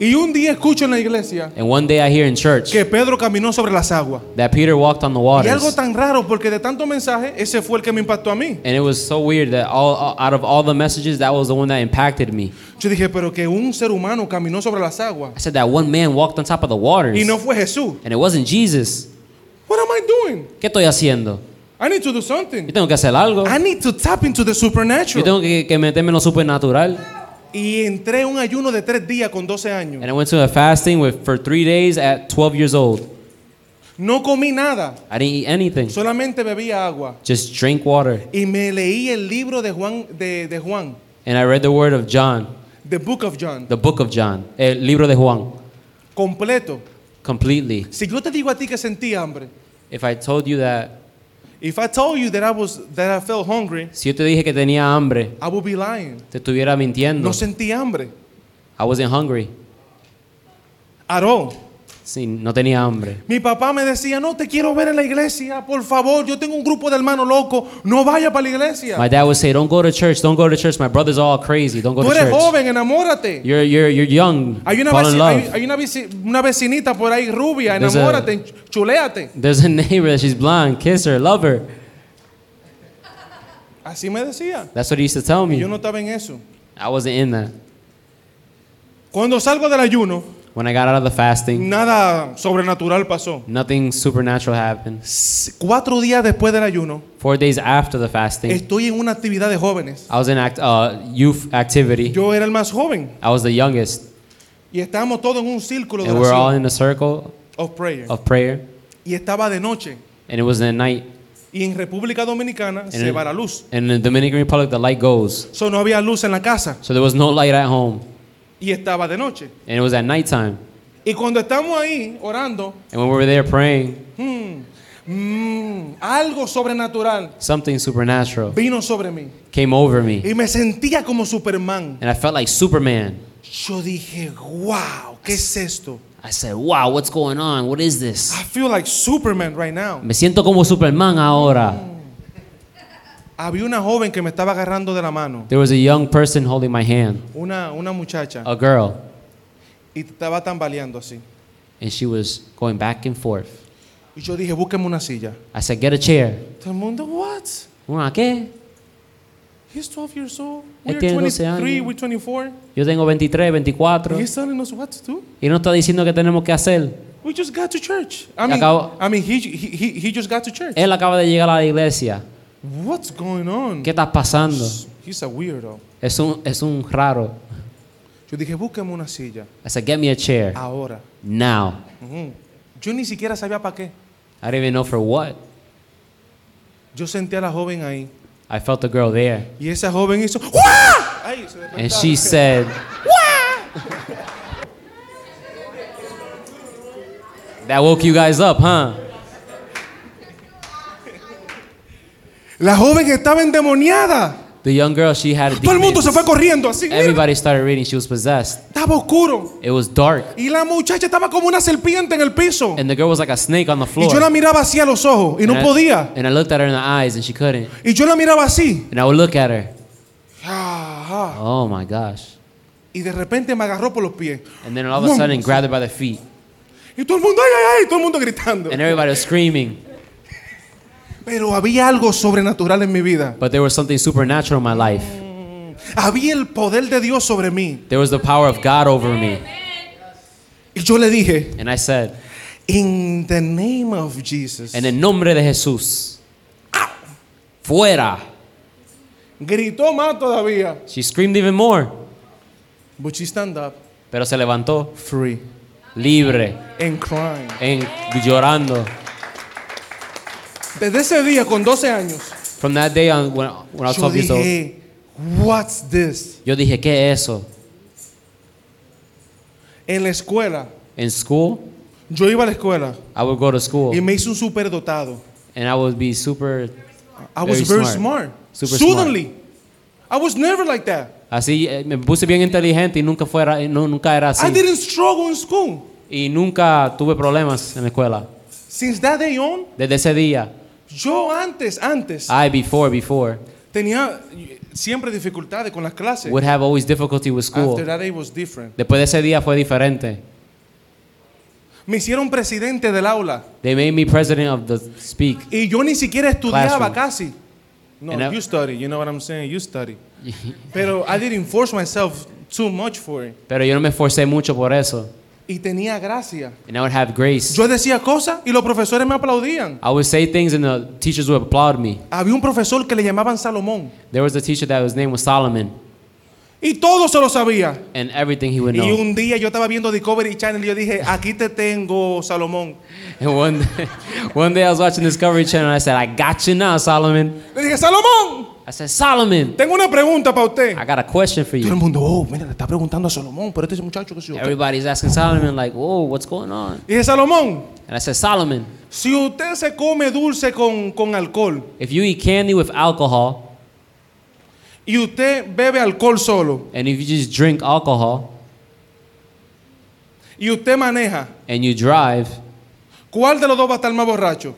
Speaker 1: Y un día escucho en la iglesia
Speaker 2: And one day I hear in church
Speaker 1: que Pedro caminó sobre las aguas.
Speaker 2: that Peter walked on the
Speaker 1: Y algo
Speaker 2: waters,
Speaker 1: tan raro porque de tanto mensaje, ese fue el que me impactó a mí.
Speaker 2: and it was so weird that all all- out of all the messages, that was the one that impacted me.
Speaker 1: Yo dije, pero que un ser humano caminó sobre las aguas
Speaker 2: I said that one man walked on top of the
Speaker 1: y
Speaker 2: waters,
Speaker 1: no fue Jesús.
Speaker 2: and it wasn't Jesus.
Speaker 1: What am I doing?
Speaker 2: ¿Qué estoy haciendo?
Speaker 1: I need to do
Speaker 2: Yo
Speaker 1: something.
Speaker 2: tengo que hacer algo.
Speaker 1: I need to tap into the
Speaker 2: Yo
Speaker 1: supernatural.
Speaker 2: tengo que, que meterme en lo supernatural.
Speaker 1: Y entré en un ayuno de tres días con 12 años.
Speaker 2: And I went to a fasting with for three days at 12 years old.
Speaker 1: No comí nada,
Speaker 2: I didn't eat anything,
Speaker 1: solamente bebía agua.
Speaker 2: just drink water.
Speaker 1: Y me leí el libro de Juan, de, de Juan,
Speaker 2: And I read the word of John,
Speaker 1: The Book of John,
Speaker 2: the book of John, el libro de Juan.
Speaker 1: completo.
Speaker 2: completely.
Speaker 1: Si yo te digo a ti que sentí hambre,
Speaker 2: If I told you that,
Speaker 1: if I told you that I was that I felt hungry,
Speaker 2: si yo te dije que tenía hambre,
Speaker 1: I would be lying.
Speaker 2: te estuviera mintiendo.
Speaker 1: No sentí hambre.
Speaker 2: I wasn't hungry
Speaker 1: At all.
Speaker 2: Sí, no tenía hambre.
Speaker 1: Mi papá me decía, no te quiero ver en la iglesia, por favor, yo tengo un grupo de hermanos locos, no vaya para la iglesia.
Speaker 2: My dad would say, "Don't go to church. Don't go to church. My brother's all crazy. Don't go
Speaker 1: Tú
Speaker 2: to
Speaker 1: eres
Speaker 2: church.
Speaker 1: joven, enamórate.
Speaker 2: You're you're you're young.
Speaker 1: Hay una,
Speaker 2: Fall in
Speaker 1: veci-
Speaker 2: love."
Speaker 1: hay, hay una, vici- una vecinita por ahí rubia,
Speaker 2: There's a-
Speaker 1: enamórate, ch- chuléate.
Speaker 2: There's a neighbor that she's blonde. Kiss her. Love her.
Speaker 1: Así me decía.
Speaker 2: That's what he used to tell
Speaker 1: Yo
Speaker 2: me.
Speaker 1: no estaba en eso.
Speaker 2: I wasn't in that.
Speaker 1: Cuando salgo del ayuno,
Speaker 2: When I got out of the fasting,
Speaker 1: nada sobrenatural pasó.
Speaker 2: nothing supernatural happened.
Speaker 1: S- Cuatro días después del ayuno,
Speaker 2: Four days after the fasting,
Speaker 1: estoy en una actividad de jóvenes.
Speaker 2: I was in act, uh, youth activity.
Speaker 1: Yo era el más joven
Speaker 2: I was the youngest,
Speaker 1: y estábamos todos en un círculo de
Speaker 2: and we were all
Speaker 1: oración
Speaker 2: in a circle
Speaker 1: of prayer.
Speaker 2: of prayer,
Speaker 1: Y estaba de noche
Speaker 2: and it was at night.
Speaker 1: y en República Dominicana se
Speaker 2: el-
Speaker 1: va la luz.
Speaker 2: And in the Dominican Republic, the light goes,
Speaker 1: So no había luz en la casa
Speaker 2: so there was no light at home,
Speaker 1: y estaba de noche.
Speaker 2: and it was at nighttime.
Speaker 1: Y cuando estamos ahí orando,
Speaker 2: And when we were there praying,
Speaker 1: mm, algo sobrenatural
Speaker 2: something supernatural
Speaker 1: vino sobre mí
Speaker 2: came over me,
Speaker 1: y me sentía como Superman.
Speaker 2: and I felt like Superman.
Speaker 1: Yo dije, wow, ¿qué es esto?
Speaker 2: I said, "Wow, what's going on? What is this?"
Speaker 1: I feel like Superman right now.
Speaker 2: Me siento como Superman ahora.
Speaker 1: Había una joven que me estaba agarrando de la mano,
Speaker 2: There was a young person holding my hand,
Speaker 1: una, una muchacha,
Speaker 2: a girl,
Speaker 1: y estaba tambaleando así.
Speaker 2: and she was going back and forth.
Speaker 1: Y yo dije, búsqueme una silla.
Speaker 2: I said, "Get a chair."
Speaker 1: Todo el mundo, what?
Speaker 2: "Una qué?
Speaker 1: He's 12 years old.
Speaker 2: Él
Speaker 1: We're
Speaker 2: tiene 12 años.
Speaker 1: 23, we're 24.
Speaker 2: Yo tengo 23, 24
Speaker 1: And he's telling us what to do.
Speaker 2: y no está diciendo qué tenemos que hacer.
Speaker 1: We just got to church. I mean,
Speaker 2: Acabo- Eh.
Speaker 1: I mean he, he, he, he just got to church.
Speaker 2: Él acaba de llegar a la iglesia.
Speaker 1: What's going on?
Speaker 2: ¿Qué está pasando?
Speaker 1: He's a weirdo.
Speaker 2: Es un, es un raro.
Speaker 1: Yo dije, búsqueme una silla.
Speaker 2: I said, get me a chair
Speaker 1: Ahora.
Speaker 2: now.
Speaker 1: Ujú. Yo ni siquiera sabía para qué.
Speaker 2: I didn't even know for what.
Speaker 1: Yo senté a la joven ahí.
Speaker 2: I felt the girl there,
Speaker 1: Y esa joven hizo. ¡Uah! Ay, se despertaba.
Speaker 2: and she said, That woke you guys up, huh?
Speaker 1: La joven estaba endemoniada.
Speaker 2: The young girl, she had a
Speaker 1: Todo el mundo se fue
Speaker 2: demons.
Speaker 1: corriendo así. mira.
Speaker 2: Everybody started reading. She was possessed.
Speaker 1: Estaba oscuro.
Speaker 2: It was dark,
Speaker 1: Y la muchacha estaba como una serpiente en el piso.
Speaker 2: and the girl was like a snake on the
Speaker 1: Y
Speaker 2: floor.
Speaker 1: yo la miraba así a los ojos y no
Speaker 2: And I-
Speaker 1: podía.
Speaker 2: And I looked at her in the eyes, and she couldn't.
Speaker 1: Y yo la miraba así.
Speaker 2: And I would look at her.
Speaker 1: Ajá.
Speaker 2: Oh my gosh.
Speaker 1: Y de repente me agarró por los pies.
Speaker 2: And then all of a sudden, grabbed her by the feet.
Speaker 1: Y todo el mundo, ay, ay, ay, todo el mundo gritando.
Speaker 2: And everybody was screaming.
Speaker 1: Pero había algo sobrenatural en mi vida.
Speaker 2: But there was something supernatural in my life.
Speaker 1: Había el poder de Dios sobre mí.
Speaker 2: There was the power of God over me.
Speaker 1: Y yo le dije,
Speaker 2: And I said,
Speaker 1: in the name of Jesus.
Speaker 2: En el nombre de Jesús. ¡ah! Fuera.
Speaker 1: Gritó más todavía.
Speaker 2: She screamed even more.
Speaker 1: But she stand up,
Speaker 2: Pero se levantó.
Speaker 1: free,
Speaker 2: Libre.
Speaker 1: and crying.
Speaker 2: En, llorando.
Speaker 1: Desde ese día, con 12 años,
Speaker 2: From that day on, when, when I was
Speaker 1: yo
Speaker 2: 12 years old,
Speaker 1: dije, what's this?
Speaker 2: yo dije, ¿qué es eso?
Speaker 1: En la escuela,
Speaker 2: In school,
Speaker 1: yo iba a la escuela
Speaker 2: I would go to
Speaker 1: y
Speaker 2: school
Speaker 1: me hice un superdotado.
Speaker 2: and I would be super.
Speaker 1: I was
Speaker 2: Very
Speaker 1: very
Speaker 2: smart.
Speaker 1: smart.
Speaker 2: Super
Speaker 1: Suddenly, I was never like that.
Speaker 2: Así eh, me puse bien inteligente y nunca, fuera, y no, nunca era
Speaker 1: I
Speaker 2: así.
Speaker 1: didn't struggle in school.
Speaker 2: Y nunca tuve problemas en la escuela.
Speaker 1: Since that day on,
Speaker 2: Desde ese día,
Speaker 1: yo antes, antes,
Speaker 2: I, before, before,
Speaker 1: tenía eh, siempre dificultades con las clases.
Speaker 2: would have always difficulty with school.
Speaker 1: After that day was different.
Speaker 2: Después de ese día fue diferente.
Speaker 1: Me hicieron presidente del aula
Speaker 2: They made me president of the speak.
Speaker 1: y yo ni siquiera estudiaba
Speaker 2: Classroom.
Speaker 1: casi. No,
Speaker 2: And I-
Speaker 1: you study, you know what I'm saying, you study. Pero I didn't force myself too much for it.
Speaker 2: Pero yo no me esforcé mucho por eso.
Speaker 1: Y tenía gracia.
Speaker 2: And I would have grace.
Speaker 1: Yo decía cosas y los profesores me aplaudían.
Speaker 2: I would say things and the teachers would applaud me.
Speaker 1: Había un profesor que le llamaban Salomón
Speaker 2: There was a teacher that his name was Solomon.
Speaker 1: y todo se lo sabía.
Speaker 2: And everything he would
Speaker 1: Y
Speaker 2: know.
Speaker 1: un día yo estaba viendo Discovery Channel y yo dije, aquí te tengo, Salomón.
Speaker 2: And one day, one day I was watching Discovery Channel and I said, I got you now, Solomon.
Speaker 1: Le dije, Salomón,
Speaker 2: I said, Solomon,
Speaker 1: tengo una pregunta para usted.
Speaker 2: I got a question for
Speaker 1: Todo el
Speaker 2: you.
Speaker 1: mundo, oh, mira, le está preguntando a Salomón, pero este es un muchacho que se yo. Y
Speaker 2: Everybody's asking Solomon, like, whoa, what's going on?
Speaker 1: dije, Salomón,
Speaker 2: And I said, Solomon,
Speaker 1: si usted se come dulce con, con alcohol
Speaker 2: if you eat candy with alcohol
Speaker 1: y usted bebe alcohol solo
Speaker 2: and if you just drink alcohol,
Speaker 1: y usted maneja,
Speaker 2: and you drive,
Speaker 1: ¿cuál de los dos va a estar más borracho?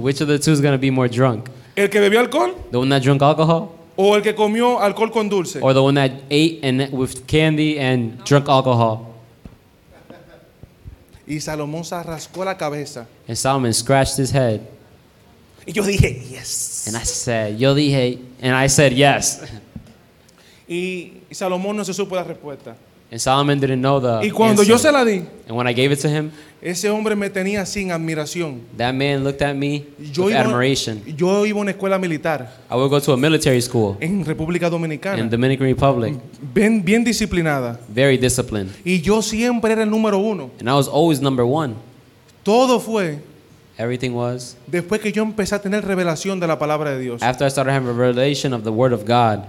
Speaker 2: which of the two is going to be more drunk?
Speaker 1: ¿El que bebió alcohol
Speaker 2: The one that drank alcohol
Speaker 1: o el que comió alcohol con dulce?
Speaker 2: or the one that ate and with candy and drunk alcohol?
Speaker 1: Y Salomón se rascó la cabeza.
Speaker 2: And Solomon scratched his head.
Speaker 1: Y yo dije, yes.
Speaker 2: And I said, Yo dije, and I said yes.
Speaker 1: Y Salomón no se supo la respuesta.
Speaker 2: And Solomon didn't know the.
Speaker 1: Y cuando yo
Speaker 2: answer.
Speaker 1: se la di,
Speaker 2: and when I gave it to him,
Speaker 1: ese hombre me tenía sin admiración.
Speaker 2: that man looked at me
Speaker 1: Yo
Speaker 2: with
Speaker 1: iba,
Speaker 2: admiration.
Speaker 1: yo iba a una escuela militar
Speaker 2: I would go to a military school
Speaker 1: en República
Speaker 2: in
Speaker 1: Dominicana,
Speaker 2: Dominican Republic,
Speaker 1: bien, bien disciplinada.
Speaker 2: very disciplined.
Speaker 1: Y yo siempre era el número uno.
Speaker 2: And I was always number one.
Speaker 1: Todo fue
Speaker 2: Everything was.
Speaker 1: después que yo empecé a tener revelación de la palabra de Dios.
Speaker 2: After I started having a revelation of the Word of God,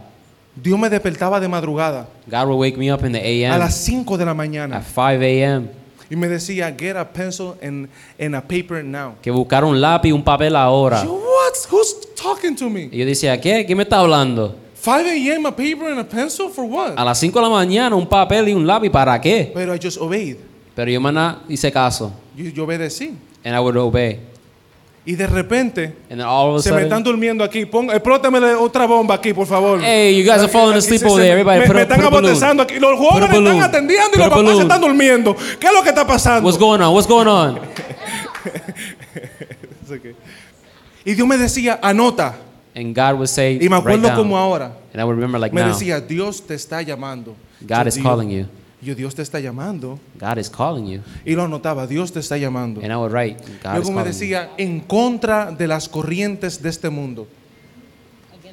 Speaker 1: Dios me despertaba de madrugada
Speaker 2: God would wake me up in the
Speaker 1: a
Speaker 2: AM
Speaker 1: las 5 de la
Speaker 2: at
Speaker 1: mañana
Speaker 2: 5 a.m.
Speaker 1: y me decía, get a pencil and, and a paper now.
Speaker 2: que buscar un lápiz, un papel ahora.
Speaker 1: Yo, what? Who's talking to me?
Speaker 2: Y yo decía, ¿qué? ¿Qué me está hablando?
Speaker 1: 5 a.m. a paper and a pencil for what?
Speaker 2: A las 5 de la mañana un papel y un lápiz, ¿para qué?
Speaker 1: Pero I just obeyed.
Speaker 2: Pero yo maná hice caso.
Speaker 1: Yo, yo obedecí.
Speaker 2: And I would obey.
Speaker 1: Y de repente
Speaker 2: And then all of a
Speaker 1: se me están
Speaker 2: sudden,
Speaker 1: durmiendo aquí. Pon, explótame otra bomba aquí, por favor.
Speaker 2: hey, you guys are falling
Speaker 1: Aquí
Speaker 2: asleep
Speaker 1: se-
Speaker 2: over
Speaker 1: se-
Speaker 2: there. Everybody,
Speaker 1: me,
Speaker 2: put,
Speaker 1: me
Speaker 2: a- put
Speaker 1: están
Speaker 2: a balloon.
Speaker 1: abotezando aquí. Los
Speaker 2: Put a
Speaker 1: jóvenes están
Speaker 2: balloon.
Speaker 1: atendiendo y
Speaker 2: Put
Speaker 1: los
Speaker 2: a
Speaker 1: papás se
Speaker 2: balloon.
Speaker 1: están durmiendo. ¿Qué es lo que está pasando?
Speaker 2: What's going on? What's going on?
Speaker 1: It's okay. Y Dios me decía, anota.
Speaker 2: And God would say,
Speaker 1: Y me
Speaker 2: "Write
Speaker 1: acuerdo
Speaker 2: down."
Speaker 1: como ahora.
Speaker 2: And I would remember like
Speaker 1: Me
Speaker 2: now.
Speaker 1: decía, Dios te está llamando.
Speaker 2: God is
Speaker 1: Dios-
Speaker 2: calling you.
Speaker 1: Yo, Dios te está llamando.
Speaker 2: God is calling you.
Speaker 1: Y lo anotaba, Dios te está llamando.
Speaker 2: And I would write, God is
Speaker 1: Luego me
Speaker 2: calling you.
Speaker 1: decía, en contra de las corrientes de este mundo.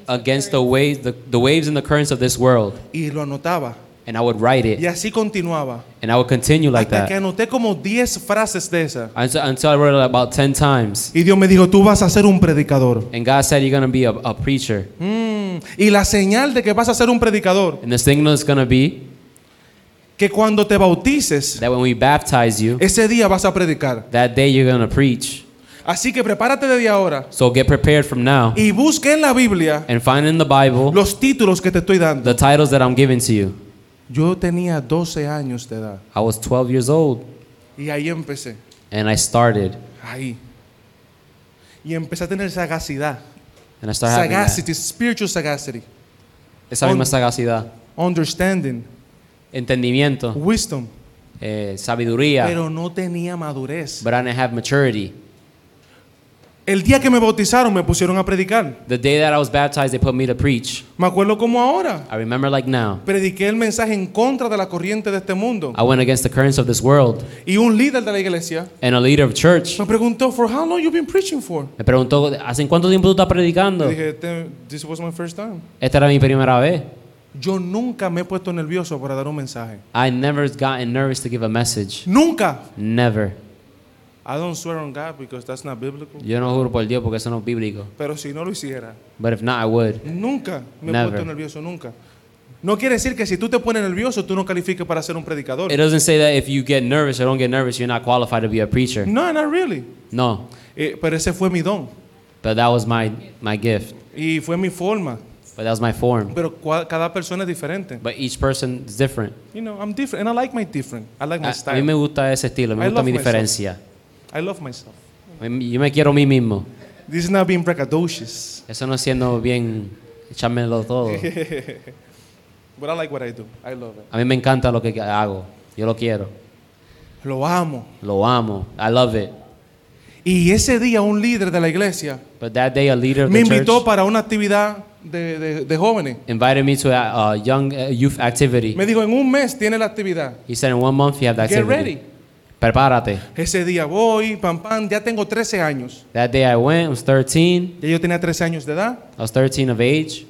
Speaker 2: Against the waves, the, the waves and the currents of this world.
Speaker 1: Y lo anotaba.
Speaker 2: And I would write
Speaker 1: Y
Speaker 2: it.
Speaker 1: así continuaba.
Speaker 2: And I would continue like
Speaker 1: Hasta que
Speaker 2: that.
Speaker 1: anoté como 10 frases de esas.
Speaker 2: Until, until I wrote it about 10 times.
Speaker 1: Y Dios me dijo, tú vas a ser un predicador.
Speaker 2: And God said, You're going to be a, a preacher.
Speaker 1: Mm, Y la señal de que vas a ser un predicador,
Speaker 2: And the signal is going to be
Speaker 1: que cuando te bautices,
Speaker 2: that when we baptize you,
Speaker 1: ese día vas a predicar.
Speaker 2: that day you're going to preach.
Speaker 1: Así que prepárate desde ahora
Speaker 2: So get prepared from now
Speaker 1: y busque en la Biblia
Speaker 2: and find in the Bible
Speaker 1: los títulos que te estoy dando.
Speaker 2: the titles that I'm giving to you.
Speaker 1: Yo tenía 12 años de edad
Speaker 2: I was 12 years old
Speaker 1: y ahí empecé,
Speaker 2: and I started.
Speaker 1: ahí. Y empecé a tener sagacidad,
Speaker 2: And I started having that.
Speaker 1: sagacity, spiritual sagacity,
Speaker 2: Esa misma
Speaker 1: On-
Speaker 2: sagacidad.
Speaker 1: understanding,
Speaker 2: Entendimiento.
Speaker 1: wisdom,
Speaker 2: eh, sabiduría.
Speaker 1: pero no tenía madurez.
Speaker 2: But I didn't have maturity.
Speaker 1: El día que me bautizaron me pusieron a predicar.
Speaker 2: The day that I was baptized, they put me to preach.
Speaker 1: Me acuerdo como ahora.
Speaker 2: I remember like now.
Speaker 1: Prediqué el mensaje en contra de la corriente de este mundo.
Speaker 2: I went against the currents of this world.
Speaker 1: Y un líder de la iglesia
Speaker 2: And a leader of church
Speaker 1: me preguntó, ¿For how long you been preaching for?
Speaker 2: me preguntó, ¿hace cuánto tiempo tú estás
Speaker 1: Le
Speaker 2: predicando?
Speaker 1: dije, "Te- this was my first time.
Speaker 2: Esta era mi primera vez.
Speaker 1: Yo nunca me he puesto nervioso para dar un mensaje.
Speaker 2: I never gotten nervous to give a message.
Speaker 1: Nunca.
Speaker 2: Never.
Speaker 1: I don't swear on God because that's not biblical.
Speaker 2: Yo no juro por Dios porque eso no es bíblico.
Speaker 1: Pero si no lo hiciera,
Speaker 2: But if not, I would.
Speaker 1: nunca me he
Speaker 2: Never.
Speaker 1: puesto nervioso, nunca. No quiere decir que si tú te pones nervioso, tú no califiques para ser un predicador.
Speaker 2: It doesn't say that if you get nervous or don't get nervous, you're not qualified to be a preacher.
Speaker 1: No, not really.
Speaker 2: No.
Speaker 1: Eh, pero ese fue mi don
Speaker 2: But that was my, my gift.
Speaker 1: y fue mi forma.
Speaker 2: But that was my form.
Speaker 1: Pero cua- cada persona es diferente.
Speaker 2: But each person is different.
Speaker 1: You know, I'm different and I like my different. I like my
Speaker 2: Ah, A, a
Speaker 1: style.
Speaker 2: mí me gusta ese estilo, me
Speaker 1: I
Speaker 2: gusta
Speaker 1: love
Speaker 2: mi
Speaker 1: myself.
Speaker 2: diferencia.
Speaker 1: I love myself.
Speaker 2: Me- Yo me quiero a mí mismo.
Speaker 1: This is not being braggadocious,
Speaker 2: Eso no es siendo bien, echármelo todo.
Speaker 1: but I like what I do. I love it.
Speaker 2: A mí me encanta lo que hago. Yo lo quiero.
Speaker 1: Lo amo.
Speaker 2: Lo amo. I love it.
Speaker 1: Y ese día un líder de la iglesia
Speaker 2: But that day, a leader of
Speaker 1: me
Speaker 2: the
Speaker 1: invitó
Speaker 2: church
Speaker 1: para una actividad de, de- de jóvenes.
Speaker 2: invited me to a, a young uh, youth activity.
Speaker 1: Me dijo, en un mes tiene la actividad.
Speaker 2: He said, in one month you have the
Speaker 1: Get
Speaker 2: activity.
Speaker 1: ready.
Speaker 2: Prepárate.
Speaker 1: Ese día voy, pam, pam, ya tengo 13 años.
Speaker 2: That day I went, I was 13.
Speaker 1: Ya yo tenía 13 años de edad.
Speaker 2: I was 13 of age.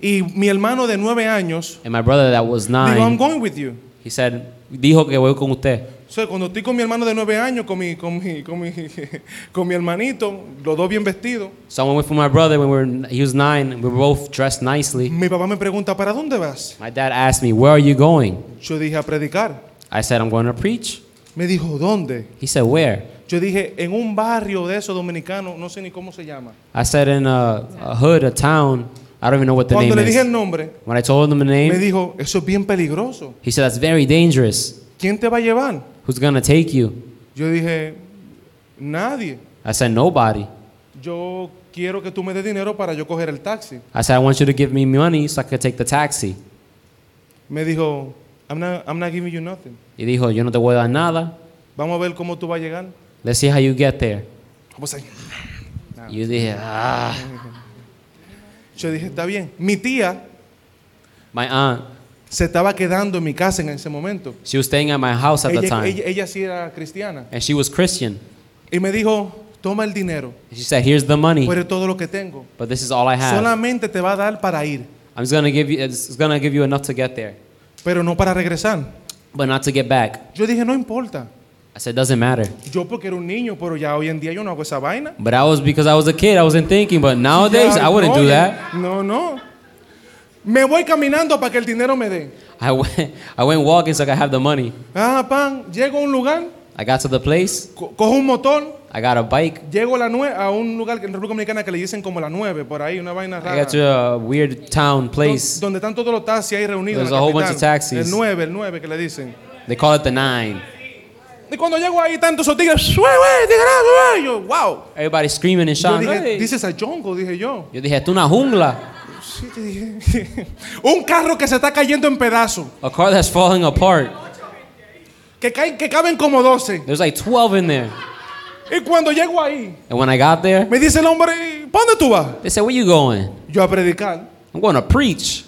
Speaker 1: Y mi hermano de 9 años
Speaker 2: And my brother that was
Speaker 1: dijo, I'm
Speaker 2: nine,
Speaker 1: going with you.
Speaker 2: he said, dijo que voy con usted.
Speaker 1: So, cuando estoy con mi hermano de 9 años, con mi, con mi, con mi, con mi hermanito, los dos bien vestidos,
Speaker 2: So I went with my brother when we were, he was nine. We were both dressed nicely.
Speaker 1: mi papá me pregunta, ¿para dónde vas?
Speaker 2: My dad asked me, where are you going?
Speaker 1: Yo dije, a predicar.
Speaker 2: I said, I'm going to preach.
Speaker 1: Me dijo, ¿dónde?
Speaker 2: He said, where?
Speaker 1: Yo dije, en un barrio de esos dominicanos, no sé ni cómo se llama.
Speaker 2: I said in a, a hood, a town. I don't even know what the
Speaker 1: Cuando
Speaker 2: name
Speaker 1: le dije
Speaker 2: is.
Speaker 1: el nombre,
Speaker 2: When I told him the
Speaker 1: me
Speaker 2: name,
Speaker 1: dijo, eso es bien peligroso.
Speaker 2: he said that's very dangerous.
Speaker 1: ¿quién te va a llevar?
Speaker 2: Who's gonna take you?
Speaker 1: Yo dije, nadie.
Speaker 2: I said, Nobody.
Speaker 1: Yo quiero que tú me des dinero para yo coger el taxi.
Speaker 2: I said, I want you to give me money so I could take the taxi.
Speaker 1: Me dijo, I'm not, I'm not giving you nothing.
Speaker 2: Y dijo, Yo no te voy a dar nada.
Speaker 1: Vamos a ver cómo tú vas a llegar.
Speaker 2: Let's see how you get there.
Speaker 1: Vamos ahí.
Speaker 2: You dije, Ah.
Speaker 1: Yo dije, está bien. Mi tía
Speaker 2: My aunt,
Speaker 1: se estaba quedando en mi casa en ese momento.
Speaker 2: she was staying at my house at the
Speaker 1: Ella,
Speaker 2: time,
Speaker 1: ella- ella sí era cristiana.
Speaker 2: and she was Christian.
Speaker 1: Y me dijo, toma el dinero,
Speaker 2: She said, Here's the money,
Speaker 1: pero es todo lo que tengo.
Speaker 2: but this is all I have.
Speaker 1: Solamente te va a dar para ir,
Speaker 2: I'm just gonna give you, it's gonna give you enough to get there,
Speaker 1: pero no para regresar.
Speaker 2: but not to get back.
Speaker 1: Yo dije, no importa.
Speaker 2: I said, Doesn't matter.
Speaker 1: Yo porque era un niño, pero ya hoy en día yo no hago esa vaina.
Speaker 2: But I was because I was a kid, I wasn't thinking, but nowadays
Speaker 1: Ya,
Speaker 2: I wouldn't
Speaker 1: no,
Speaker 2: do
Speaker 1: ya-
Speaker 2: that.
Speaker 1: No, no. Me voy caminando para que el dinero me dé.
Speaker 2: I went, I went walking so I could have the money.
Speaker 1: Ah, pan, llego a un lugar,
Speaker 2: I got to the place,
Speaker 1: co- cojo un motor,
Speaker 2: I got a bike,
Speaker 1: llego a, la nue- a un lugar que en República Dominicana que le dicen como la 9, por ahí, una vaina
Speaker 2: I
Speaker 1: rara.
Speaker 2: got to a weird town place.
Speaker 1: Donde están todos los taxis ahí reunidos. en
Speaker 2: There's
Speaker 1: la
Speaker 2: a whole
Speaker 1: capital.
Speaker 2: bunch of taxis.
Speaker 1: El 9, el 9 que le dicen.
Speaker 2: They call it the nine.
Speaker 1: Y cuando llego ahí, tantos esos tigres, "Sue, wey, tigre, sue". Yo, wow.
Speaker 2: Everybody screaming and
Speaker 1: Yo
Speaker 2: shouting.
Speaker 1: dije,
Speaker 2: "Hey."
Speaker 1: dices a Jongo, dije yo.
Speaker 2: Yo dije, "Tú una jungla.
Speaker 1: Sí, te dije. un carro que se está cayendo en pedazos,
Speaker 2: A car that's falling apart.
Speaker 1: que, caen- que caben como 12.
Speaker 2: There's like 12 in there.
Speaker 1: Y cuando llego ahí,
Speaker 2: And when I got there,
Speaker 1: me dice el hombre, ¿para dónde tú vas?
Speaker 2: They said, Where you going?
Speaker 1: Yo a predicar.
Speaker 2: I'm going to preach.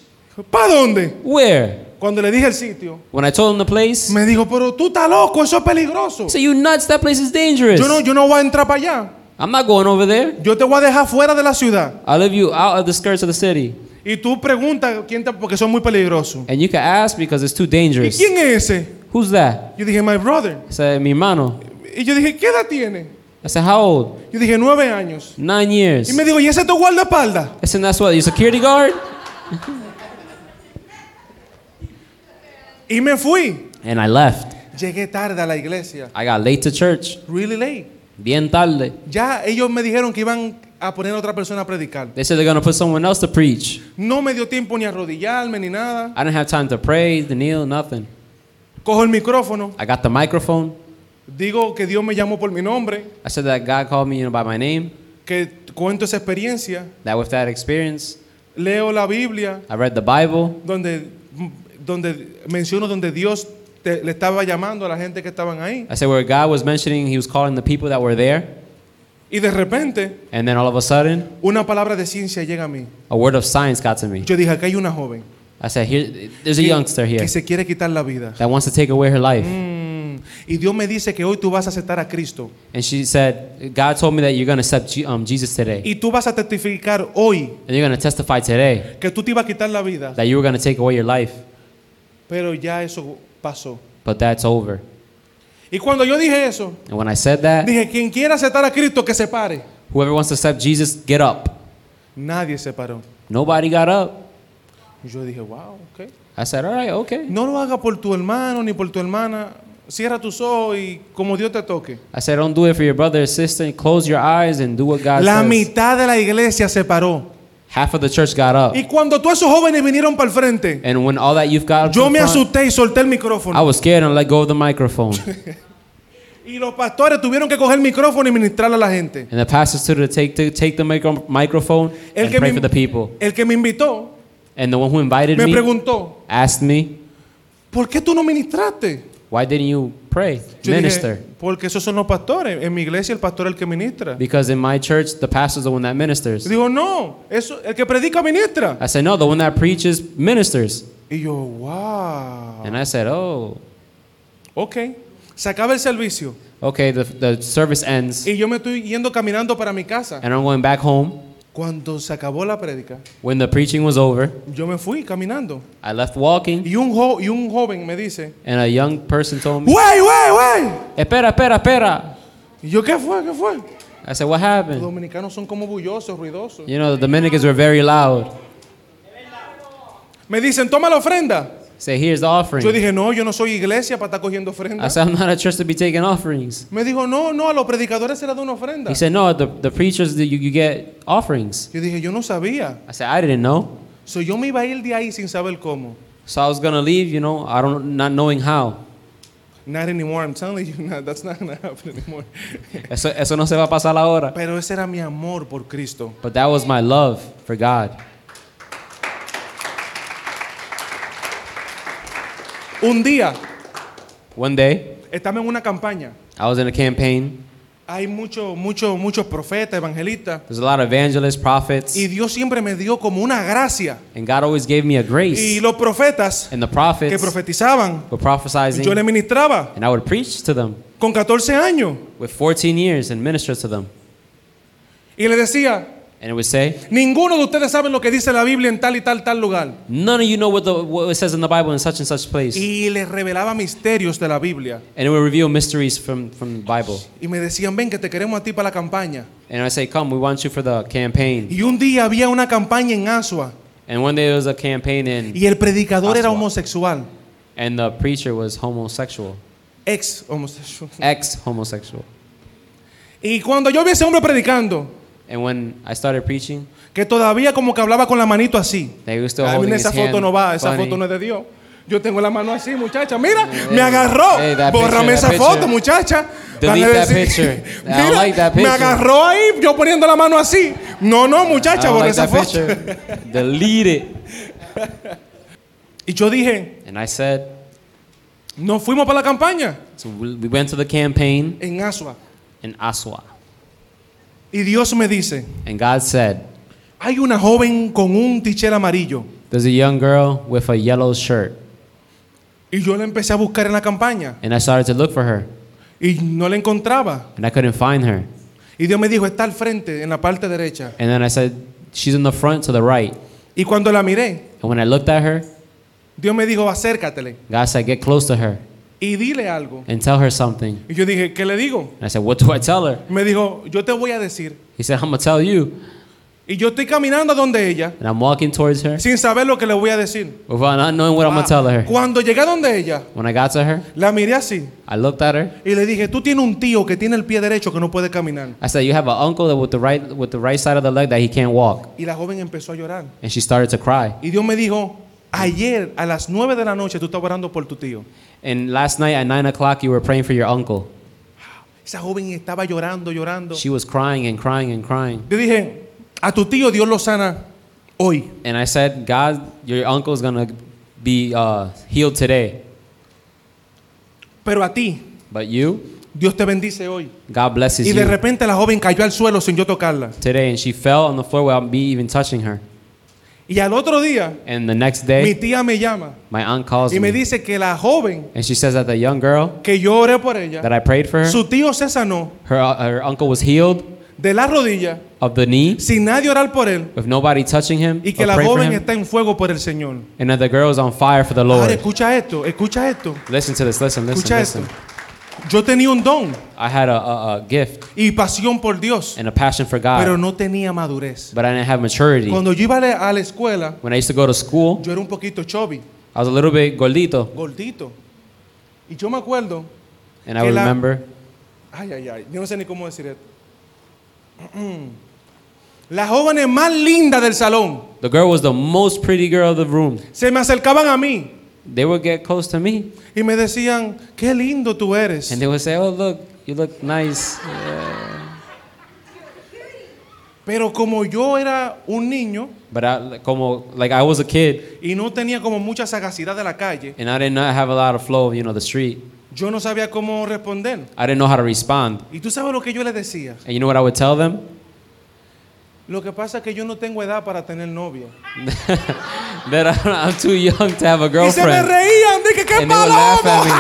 Speaker 1: ¿Para dónde?
Speaker 2: Where?
Speaker 1: Cuando le dije el sitio,
Speaker 2: When I told them the place,
Speaker 1: me dijo, pero tú estás loco, eso es peligroso.
Speaker 2: so you nuts, that place is dangerous.
Speaker 1: Yo no, yo no voy a entrar para allá.
Speaker 2: I'm not going over there.
Speaker 1: Yo te voy a dejar fuera de la ciudad.
Speaker 2: I leave you out of the skirts of the city.
Speaker 1: Y tú preguntas quién te, porque son muy peligrosos.
Speaker 2: And you can ask because it's too
Speaker 1: ¿Y
Speaker 2: dangerous.
Speaker 1: quién es ese?
Speaker 2: Who's that?
Speaker 1: Yo dije, my brother.
Speaker 2: I said, Mi hermano.
Speaker 1: Y yo dije, ¿qué edad tiene?
Speaker 2: I said, How old?
Speaker 1: Yo dije, nueve años.
Speaker 2: Nine years.
Speaker 1: Y me dijo, ¿y ese es tu guardaespaldas?
Speaker 2: I said, That's what, your security guard?
Speaker 1: Y me fui.
Speaker 2: And I left.
Speaker 1: Llegué tarde a la iglesia.
Speaker 2: I got late to church.
Speaker 1: Really late.
Speaker 2: Bien tarde.
Speaker 1: Ya ellos me dijeron que iban a poner a otra persona a predicar.
Speaker 2: They said they're going to put someone else to preach.
Speaker 1: No me dio tiempo ni a arrodillarme ni nada.
Speaker 2: I didn't have time to pray, to kneel, nothing.
Speaker 1: Cojo el micrófono.
Speaker 2: I got the microphone.
Speaker 1: Digo que Dios me llamó por mi nombre.
Speaker 2: I said that God called me you know, by my name.
Speaker 1: Que cuento esa experiencia.
Speaker 2: that with that experience,
Speaker 1: Leo la Biblia.
Speaker 2: I read the Bible
Speaker 1: Donde, donde menciono donde Dios te- le estaba llamando a la gente que estaban ahí.
Speaker 2: I said where God was mentioning He was calling the people that were there,
Speaker 1: Y de repente
Speaker 2: and then all of a sudden,
Speaker 1: una palabra de ciencia llega a mí.
Speaker 2: a word of science got to me.
Speaker 1: Yo dije, acá hay una joven.
Speaker 2: I said, "Here, there's a youngster here
Speaker 1: Que se quiere quitar la vida.
Speaker 2: that wants to take away her life,"
Speaker 1: Mm, Y Dios me dice que hoy tú vas a aceptar a Cristo.
Speaker 2: and she said, "God told me that you're gonna accept Je- um, Jesus today,
Speaker 1: Y tú vas a testificar hoy
Speaker 2: and you're gonna testify today
Speaker 1: que tú te ibas a quitar la vida.
Speaker 2: that you were gonna take away your life,
Speaker 1: Pero ya eso pasó.
Speaker 2: but that's over."
Speaker 1: Y cuando yo dije eso,
Speaker 2: And when I said that,
Speaker 1: dije, quien quiera aceptar a Cristo, que se pare.
Speaker 2: whoever wants to accept Jesus, get up.
Speaker 1: Nadie se paró.
Speaker 2: Nobody got up.
Speaker 1: Y Yo dije, wow, ok.
Speaker 2: I said, "All right, okay."
Speaker 1: No lo haga por tu hermano ni por tu hermana. Cierra tus ojos y como Dios te toque.
Speaker 2: I said, "Don't do it for your brother or sister. Close your eyes and do what God
Speaker 1: La
Speaker 2: says."
Speaker 1: mitad de la iglesia se paró.
Speaker 2: Half of the church got up.
Speaker 1: Y cuando todos esos jóvenes vinieron para el frente,
Speaker 2: And when all that you've got,
Speaker 1: yo me
Speaker 2: front,
Speaker 1: asusté y solté el
Speaker 2: I
Speaker 1: micrófono.
Speaker 2: was scared and let go of the microphone. and
Speaker 1: Y los pastores tuvieron que coger el micrófono y ministrarle a la gente.
Speaker 2: the pastor stood to take to take the micro- microphone
Speaker 1: El
Speaker 2: and
Speaker 1: que
Speaker 2: pray
Speaker 1: me-
Speaker 2: for the people.
Speaker 1: El que me invitó
Speaker 2: And the one who invited
Speaker 1: me
Speaker 2: me
Speaker 1: preguntó,
Speaker 2: asked me,
Speaker 1: ¿por qué tú no ministraste?
Speaker 2: "Why didn't you pray,
Speaker 1: Yo dije,
Speaker 2: minister?"
Speaker 1: porque esos son los pastores. En mi iglesia el pastor es el que ministra.
Speaker 2: because in my church, the pastor's the one that ministers.
Speaker 1: Digo, no, eso, el que predica ministra.
Speaker 2: I said, "No, the one that preaches ministers."
Speaker 1: Y yo, wow.
Speaker 2: And I said, "Oh,
Speaker 1: Ok. Se acaba el servicio.
Speaker 2: okay." The, the service ends,
Speaker 1: Y yo me estoy yendo caminando para mi casa.
Speaker 2: and I'm going back home.
Speaker 1: Cuando se acabó la prédica,
Speaker 2: When the preaching was over,
Speaker 1: yo me fui caminando.
Speaker 2: I left walking,
Speaker 1: Y un, jo- y un joven me dice,
Speaker 2: and a young person told me,
Speaker 1: ¡Wey, wey, wey!
Speaker 2: "Espera, espera, espera."
Speaker 1: Y yo, ¿qué fue? ¿Qué fue?
Speaker 2: I said, "What
Speaker 1: Los
Speaker 2: happened?"
Speaker 1: dominicanos son como bullosos, ruidosos.
Speaker 2: You know, the Dominicans were very loud.
Speaker 1: Me dicen, toma la ofrenda.
Speaker 2: Say, here's the offering.
Speaker 1: Yo dije, no, yo no soy iglesia para estar cogiendo
Speaker 2: I
Speaker 1: ofrenda.
Speaker 2: said, I'm not a church to be taking offerings.
Speaker 1: Me dijo, no, no, a los predicadores se les da una ofrenda.
Speaker 2: He said, no, the, the preachers, you, you get offerings.
Speaker 1: Yo dije, yo no sabía.
Speaker 2: I said, I didn't know.
Speaker 1: So, yo me iba a ir de ahí sin saber cómo.
Speaker 2: So I was going to leave, you know, I don't, not knowing how.
Speaker 1: Not anymore. I'm telling you, no, that's not gonna happen anymore.
Speaker 2: Eso, eso no se va a pasar ahora.
Speaker 1: Pero ese era mi amor por Cristo.
Speaker 2: But that was my love for God.
Speaker 1: Un día
Speaker 2: One day,
Speaker 1: estamos en una campaña.
Speaker 2: I was in a campaign.
Speaker 1: Hay muchos, muchos, muchos profetas, evangelistas.
Speaker 2: There's a lot of evangelists, prophets,
Speaker 1: Y Dios siempre me dio como una gracia.
Speaker 2: and God always gave me a
Speaker 1: Y
Speaker 2: grace.
Speaker 1: los profetas
Speaker 2: And the
Speaker 1: que
Speaker 2: prophets
Speaker 1: profetizaban, yo
Speaker 2: were
Speaker 1: le
Speaker 2: prophesizing,
Speaker 1: ministraba
Speaker 2: and I would preach to them
Speaker 1: con 14 años.
Speaker 2: with 14 years and minister to them.
Speaker 1: Y le decía,
Speaker 2: And it would say,
Speaker 1: ninguno de ustedes sabe lo que dice la Biblia en tal y tal, tal lugar.
Speaker 2: None of you know what, the, what it says in the Bible in such and such place.
Speaker 1: Y les revelaba misterios de la Biblia.
Speaker 2: And it would reveal mysteries from, from the Bible.
Speaker 1: Y me decían, ven que te queremos a ti para la campaña.
Speaker 2: And I say, Come, we want you for the campaign.
Speaker 1: Y un día había una campaña en Asua.
Speaker 2: And one day there was a campaign, and,
Speaker 1: Y el predicador era
Speaker 2: Asua.
Speaker 1: homosexual.
Speaker 2: and the preacher was homosexual,
Speaker 1: Ex homosexual.
Speaker 2: ex homosexual.
Speaker 1: Y cuando yo vi a ese hombre predicando,
Speaker 2: And when I started preaching,
Speaker 1: que todavía como que hablaba con la manito así.
Speaker 2: they were still
Speaker 1: A mí
Speaker 2: holding his
Speaker 1: esa foto
Speaker 2: hand
Speaker 1: no va, esa
Speaker 2: funny.
Speaker 1: foto no es de Dios. Yo tengo la mano así, muchacha. Mira, me agarró.
Speaker 2: Hey, that
Speaker 1: Bórrame
Speaker 2: picture,
Speaker 1: esa
Speaker 2: that
Speaker 1: foto,
Speaker 2: picture.
Speaker 1: muchacha.
Speaker 2: Delete
Speaker 1: Van a
Speaker 2: that picture. I don't
Speaker 1: "Mira,
Speaker 2: like that
Speaker 1: me
Speaker 2: picture."
Speaker 1: agarró ahí, yo poniendo la mano así. No, no,
Speaker 2: I
Speaker 1: muchacha,
Speaker 2: don't
Speaker 1: borra
Speaker 2: like
Speaker 1: esa
Speaker 2: that
Speaker 1: foto.
Speaker 2: picture. Delete it.
Speaker 1: Y yo dije,
Speaker 2: And I said,
Speaker 1: no fuimos para la campaña
Speaker 2: so we we went to the campaign
Speaker 1: en Asua.
Speaker 2: in Aswa.
Speaker 1: Y Dios me dice,
Speaker 2: And God said,
Speaker 1: hay una joven con un tichel amarillo.
Speaker 2: There's a young girl with a yellow shirt.
Speaker 1: Y yo la empecé a buscar en la campaña
Speaker 2: And I started to look for her,
Speaker 1: y no la encontraba.
Speaker 2: and I couldn't find her.
Speaker 1: Y Dios me dijo, está al frente, en la parte derecha.
Speaker 2: And then I said, She's in the front to the right.
Speaker 1: Y cuando la miré,
Speaker 2: And when I looked at her,
Speaker 1: Dios me dijo, acércatele
Speaker 2: God said, Get close to her
Speaker 1: y dile algo.
Speaker 2: and tell her something.
Speaker 1: Y yo dije, ¿qué le digo?
Speaker 2: And I said, What do I tell her?
Speaker 1: Me dijo, yo te voy a decir.
Speaker 2: He said, I'm going to tell you.
Speaker 1: Y yo estoy caminando donde ella
Speaker 2: And I'm walking towards her
Speaker 1: sin saber lo que le voy a decir.
Speaker 2: without not knowing what I'm going
Speaker 1: Ah,
Speaker 2: to tell her.
Speaker 1: Cuando llegué donde ella,
Speaker 2: When I got to her,
Speaker 1: la miré así
Speaker 2: I looked at her.
Speaker 1: y le dije, tú tienes un tío que tiene el pie derecho que no puede caminar.
Speaker 2: I said, You have an uncle that with, the right, with the right side of the leg that he can't walk.
Speaker 1: Y la joven empezó a llorar.
Speaker 2: And she started to cry.
Speaker 1: Y Dios me dijo, ayer a las 9 de la noche tú estabas orando por tu tío.
Speaker 2: And last night at 9 o'clock, you were praying for your uncle.
Speaker 1: Esa joven estaba llorando, llorando.
Speaker 2: She was crying and crying and crying.
Speaker 1: Yo dije, a tu tío Dios lo sana hoy.
Speaker 2: And I said, God, your uncle's going to be uh, healed today.
Speaker 1: Pero a ti,
Speaker 2: But you,
Speaker 1: Dios te bendice hoy.
Speaker 2: God blesses
Speaker 1: Y de
Speaker 2: you
Speaker 1: repente la joven cayó al suelo sin yo tocarla.
Speaker 2: today. And she fell on the floor without me even touching her.
Speaker 1: Y al otro día,
Speaker 2: And the next
Speaker 1: mi
Speaker 2: day,
Speaker 1: tía me llama
Speaker 2: my aunt calls
Speaker 1: y me
Speaker 2: me.
Speaker 1: dice que la joven
Speaker 2: And she says that the young girl
Speaker 1: que yo oré por ella,
Speaker 2: that I prayed for her,
Speaker 1: su tío se sanó
Speaker 2: her, uh, her uncle was healed
Speaker 1: de la rodilla
Speaker 2: of the knee
Speaker 1: sin nadie orar por él
Speaker 2: with nobody touching him
Speaker 1: y que
Speaker 2: or
Speaker 1: la
Speaker 2: praying for
Speaker 1: joven
Speaker 2: him.
Speaker 1: está en fuego por el Señor.
Speaker 2: And that the girl is on fire for the
Speaker 1: Ahora
Speaker 2: Lord.
Speaker 1: escucha esto, escucha esto,
Speaker 2: Listen to this, listen, listen,
Speaker 1: escucha esto.
Speaker 2: listen.
Speaker 1: Yo tenía un don
Speaker 2: I had a, a, a gift
Speaker 1: y pasión por Dios,
Speaker 2: and a passion for
Speaker 1: pero
Speaker 2: God,
Speaker 1: no tenía madurez.
Speaker 2: but I didn't have maturity.
Speaker 1: Cuando yo iba a la a la escuela,
Speaker 2: When I used to go to school,
Speaker 1: yo era un poquito chubby,
Speaker 2: I was a little bit gordito,
Speaker 1: gordito. Y yo me acuerdo
Speaker 2: and I
Speaker 1: Que
Speaker 2: would
Speaker 1: la-
Speaker 2: remember
Speaker 1: Ay, ay, ay. Yo no sé ni cómo decir esto. Las jóvenes más lindas del salón
Speaker 2: the girl was the most pretty girl of the room.
Speaker 1: se me acercaban a mí
Speaker 2: They would get close to me,
Speaker 1: y me decían, qué lindo tú eres.
Speaker 2: and they would say, "Oh, look, you look nice."
Speaker 1: Pero como yo era un niño
Speaker 2: But I, como, like I was a kid,
Speaker 1: y no tenía como mucha sagacidad de la calle,
Speaker 2: and I did not have a lot of flow, you know, the street.
Speaker 1: yo no sabía cómo responder.
Speaker 2: I didn't know how to respond.
Speaker 1: Y tú sabes lo que yo le decía.
Speaker 2: And you know what I would tell them?
Speaker 1: Lo que pasa es que yo no tengo edad para tener novia.
Speaker 2: That I, I'm too young to have a
Speaker 1: Y se me
Speaker 2: girlfriend.
Speaker 1: reían, dije, qué
Speaker 2: And they would laugh
Speaker 1: palomo.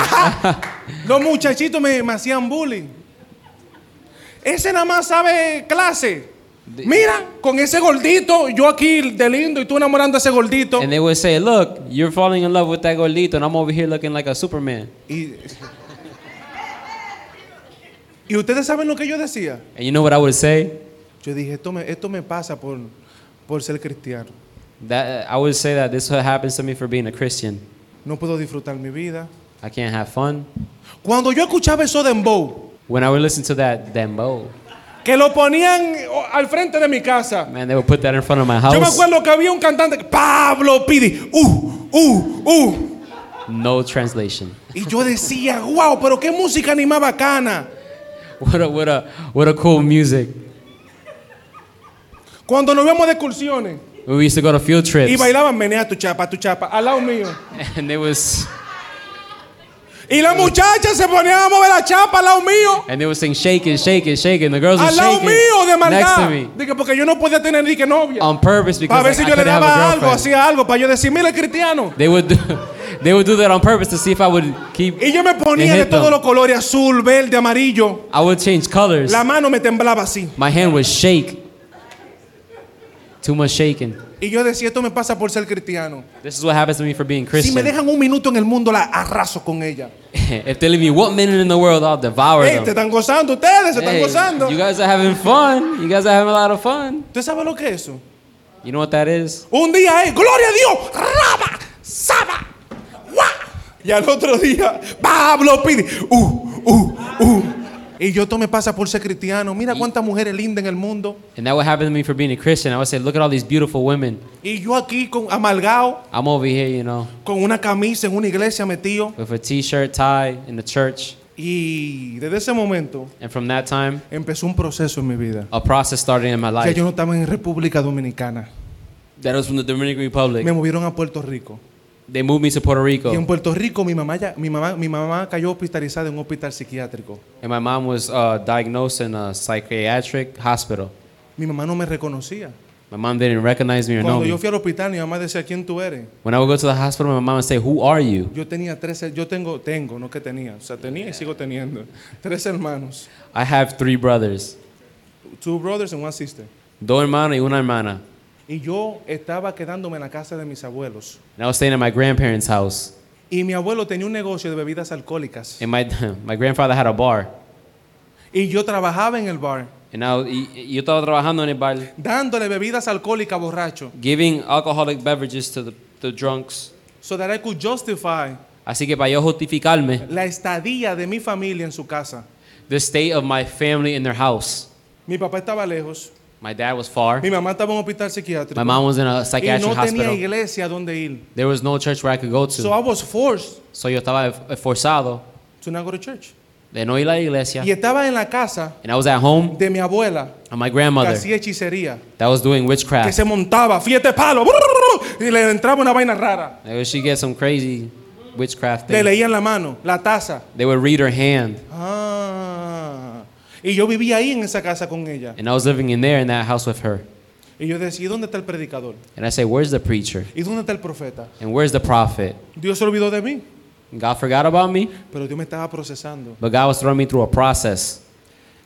Speaker 2: at me.
Speaker 1: Los muchachitos me, me hacían bullying. Ese nada más sabe clase. Mira, con ese gordito, yo aquí de lindo y tú enamorando a ese gordito.
Speaker 2: And they would say, "Look, you're falling in love with that gordito, and I'm over here looking like a Superman."
Speaker 1: Y, y ustedes saben lo que yo decía.
Speaker 2: And you know what I would say?
Speaker 1: Yo dije, esto me, esto me pasa por, por ser cristiano.
Speaker 2: That I would say that this what happens to me for being a Christian.
Speaker 1: No puedo disfrutar mi vida.
Speaker 2: I can't have fun.
Speaker 1: Cuando yo escuchaba eso de Embo,
Speaker 2: When I would listen to that demo,
Speaker 1: que lo ponían oh, al frente de mi casa.
Speaker 2: man, they would put that in front of my
Speaker 1: Yo me
Speaker 2: house.
Speaker 1: acuerdo que había un cantante, Pablo Pidi, uh, uh, uh.
Speaker 2: No translation.
Speaker 1: Y yo decía, wow, pero qué música ni más bacana.
Speaker 2: What a what a what a cool music.
Speaker 1: Cuando nos íbamos de excursiones
Speaker 2: When we used to go to field
Speaker 1: y
Speaker 2: trips,
Speaker 1: bailaban, menea tu chapa, tu chapa, al lado mío.
Speaker 2: and there was
Speaker 1: Y la muchacha se ponía a mover la chapa al lado mío.
Speaker 2: and they were saying shaking, shaking, shaking. The girls were
Speaker 1: Al lado
Speaker 2: shaking
Speaker 1: mío de
Speaker 2: next to
Speaker 1: maldad.
Speaker 2: me
Speaker 1: Dije, porque yo no podía tener ni que novia.
Speaker 2: on purpose because
Speaker 1: Para ver
Speaker 2: like,
Speaker 1: si
Speaker 2: I
Speaker 1: yo le
Speaker 2: couldn't have
Speaker 1: daba
Speaker 2: a
Speaker 1: algo,
Speaker 2: girlfriend.
Speaker 1: hacía algo, para yo decir, mira, cristiano.
Speaker 2: They would do, they would do that on purpose to see if I would keep.
Speaker 1: Y yo me ponía
Speaker 2: and
Speaker 1: de
Speaker 2: hit
Speaker 1: todos
Speaker 2: them.
Speaker 1: los colores, azul, verde, amarillo.
Speaker 2: I would change colors.
Speaker 1: La mano me temblaba así.
Speaker 2: My hand would shake. Too much shaking.
Speaker 1: Y yo decía, esto me pasa por ser cristiano.
Speaker 2: This is what happens to me for being
Speaker 1: Si me
Speaker 2: Christian.
Speaker 1: dejan un minuto en el mundo, la arraso con ella.
Speaker 2: if they leave me one minute in the world, I'll devour
Speaker 1: Ey, te
Speaker 2: them.
Speaker 1: están gozando ustedes, se están
Speaker 2: Hey,
Speaker 1: gozando.
Speaker 2: you guys are having fun. You guys are having a lot of fun.
Speaker 1: ¿Usted sabe lo que es eso?
Speaker 2: You know what that is?
Speaker 1: Un día es, gloria a Dios, raba, saba, guá. Y al otro día, Pablo pide, uh, uh, uh. Y yo, esto me pasa por ser cristiano. Mira cuántas mujeres lindas en el mundo.
Speaker 2: And that would happen to me for being a Christian. I would say, look at all these beautiful women.
Speaker 1: Y yo aquí, con, amalgado,
Speaker 2: I'm over here, you know,
Speaker 1: con una camisa en una iglesia metido.
Speaker 2: with a t-shirt, tie, in the church.
Speaker 1: Y desde ese momento
Speaker 2: And from that time,
Speaker 1: empezó un proceso en mi vida.
Speaker 2: a process started in my
Speaker 1: Ya
Speaker 2: life.
Speaker 1: yo no estaba en República Dominicana.
Speaker 2: That was from the Dominican Republic.
Speaker 1: Me movieron a Puerto Rico.
Speaker 2: They moved me to Puerto
Speaker 1: Y en
Speaker 2: Rico,
Speaker 1: Puerto Rico mi mamá, ya- mi mamá, mi mamá cayó hospitalizada en un hospital psiquiátrico.
Speaker 2: and my mom was uh, diagnosed in a psychiatric hospital.
Speaker 1: Mi mamá no me reconocía.
Speaker 2: My mom didn't recognize me or know
Speaker 1: Cuando yo
Speaker 2: me.
Speaker 1: fui al hospital, mi mamá decía, ¿quién tú eres?
Speaker 2: When I would go to the hospital, my mom would say, "Who are you?"
Speaker 1: Yo tenía 13, yo tengo, tengo, no que tenía. O sea, tenía y sigo teniendo. Tres hermanos.
Speaker 2: I have three brothers,
Speaker 1: Two brothers and one sister.
Speaker 2: dos hermanos y una hermana,
Speaker 1: Y yo estaba quedándome en la casa de mis abuelos.
Speaker 2: and I was staying at my grandparents' house.
Speaker 1: Y mi abuelo tenía un negocio de bebidas alcohólicas.
Speaker 2: And my my grandfather had a bar,
Speaker 1: Y yo trabajaba en el bar,
Speaker 2: and I y, y yo estaba trabajando en el bar,
Speaker 1: dándole bebidas alcohólicas a borrachos.
Speaker 2: giving alcoholic beverages to the, the drunks.
Speaker 1: so that I could justify
Speaker 2: Así que para yo justificarme,
Speaker 1: la estadía de mi familia en su casa.
Speaker 2: the state of my family in their house.
Speaker 1: Mi papá estaba lejos,
Speaker 2: My dad was far.
Speaker 1: mi mamá estaba en un hospital
Speaker 2: My
Speaker 1: psiquiátrico
Speaker 2: mom was in a
Speaker 1: y
Speaker 2: psychiatric
Speaker 1: no tenía
Speaker 2: hospital.
Speaker 1: iglesia donde ir.
Speaker 2: There was no church where I could go to.
Speaker 1: So I was forced
Speaker 2: so yo estaba f- forzado
Speaker 1: to not go to church.
Speaker 2: de no ir a la iglesia.
Speaker 1: Y estaba en la casa
Speaker 2: And I was at home
Speaker 1: de mi abuela
Speaker 2: and my
Speaker 1: que
Speaker 2: grandmother
Speaker 1: hacía hechicería,
Speaker 2: that was doing
Speaker 1: que
Speaker 2: witchcraft.
Speaker 1: se montaba, fiete palo, brrrr, y le entraba una vaina rara.
Speaker 2: Like, she get some crazy witchcraft
Speaker 1: Le
Speaker 2: thing.
Speaker 1: leían la mano, la taza.
Speaker 2: they would read her hand.
Speaker 1: Ah. Y yo vivía ahí en esa casa con ella.
Speaker 2: And I was living in there in that house with her.
Speaker 1: Y yo decía, ¿y dónde está el predicador?
Speaker 2: And I say, Where's the preacher?
Speaker 1: ¿Y dónde está el profeta?
Speaker 2: And where's the prophet?
Speaker 1: Dios se olvidó de mí,
Speaker 2: God forgot about me,
Speaker 1: pero Dios me estaba procesando.
Speaker 2: but God was throwing me through a process.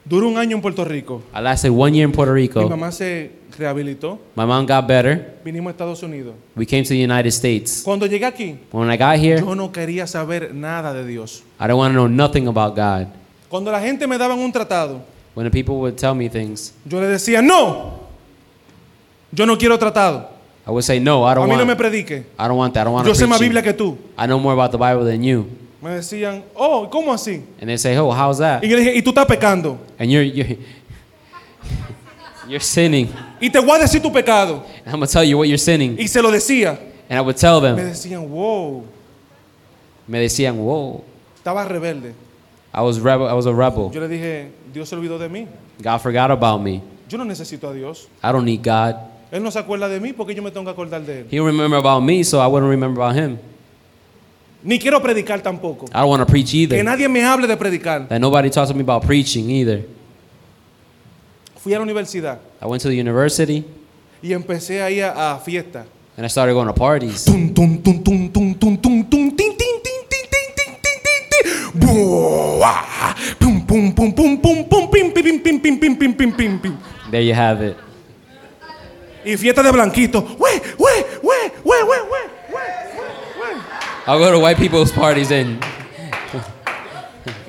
Speaker 1: Duró un año en Puerto Rico.
Speaker 2: I lasted one year in Puerto
Speaker 1: Mi
Speaker 2: Rico.
Speaker 1: mamá se rehabilitó.
Speaker 2: My mom got better.
Speaker 1: Vinimos a Estados Unidos.
Speaker 2: We came to the United States.
Speaker 1: Cuando llegué aquí,
Speaker 2: When I got here,
Speaker 1: yo no quería saber nada de Dios.
Speaker 2: I don't want to know nothing about God.
Speaker 1: Cuando la gente me daban un tratado,
Speaker 2: When the people would tell me things,
Speaker 1: yo le decía, no, yo no quiero tratado.
Speaker 2: I would say, No, I
Speaker 1: A
Speaker 2: don't
Speaker 1: mí no
Speaker 2: want.
Speaker 1: me predique.
Speaker 2: I don't want that. I don't want
Speaker 1: Yo sé
Speaker 2: to
Speaker 1: más
Speaker 2: preach
Speaker 1: Biblia
Speaker 2: you.
Speaker 1: que tú.
Speaker 2: I know more about the Bible than you.
Speaker 1: Me decían, oh, ¿cómo así?
Speaker 2: And they say, "Oh, how's that?"
Speaker 1: Y yo le dije, y tú estás pecando.
Speaker 2: And you're you're, you're sinning.
Speaker 1: Y te voy a decir tu pecado.
Speaker 2: And I'm gonna tell you what you're sinning.
Speaker 1: Y se lo decía.
Speaker 2: And I would tell
Speaker 1: Me
Speaker 2: them.
Speaker 1: decían, wow,
Speaker 2: Me decían, "Whoa,
Speaker 1: estaba rebelde.
Speaker 2: I was rebel. I was a rebel.
Speaker 1: Yo le dije, Dios se olvidó de mí.
Speaker 2: God forgot about me.
Speaker 1: Yo no necesito a Dios.
Speaker 2: I don't need God.
Speaker 1: Él no se acuerda de mí porque yo me tengo que acordar de él.
Speaker 2: He'll remember about me, so I wouldn't remember about him.
Speaker 1: Ni quiero predicar tampoco.
Speaker 2: I don't want to preach
Speaker 1: Que
Speaker 2: either.
Speaker 1: nadie me hable de predicar.
Speaker 2: That nobody talks to me about preaching either.
Speaker 1: Fui a la universidad
Speaker 2: I went to the university
Speaker 1: y empecé ahí a, a fiesta.
Speaker 2: and I started going to parties.
Speaker 1: Tum, tum, tum, tum, tum, tum, tum, tum, tin, tin, tin, tin, tin, tin, tin, tin, tin. Buah. Pum, pum, pum, pum, pum, pum, pim, pim, pim, pim, pim, pim, pim, pim, pim.
Speaker 2: There you have it.
Speaker 1: Y fiesta de blanquito. Ué, ué, ué, ué, ué, ué, ué, ué, ué.
Speaker 2: I'll go to white people's parties and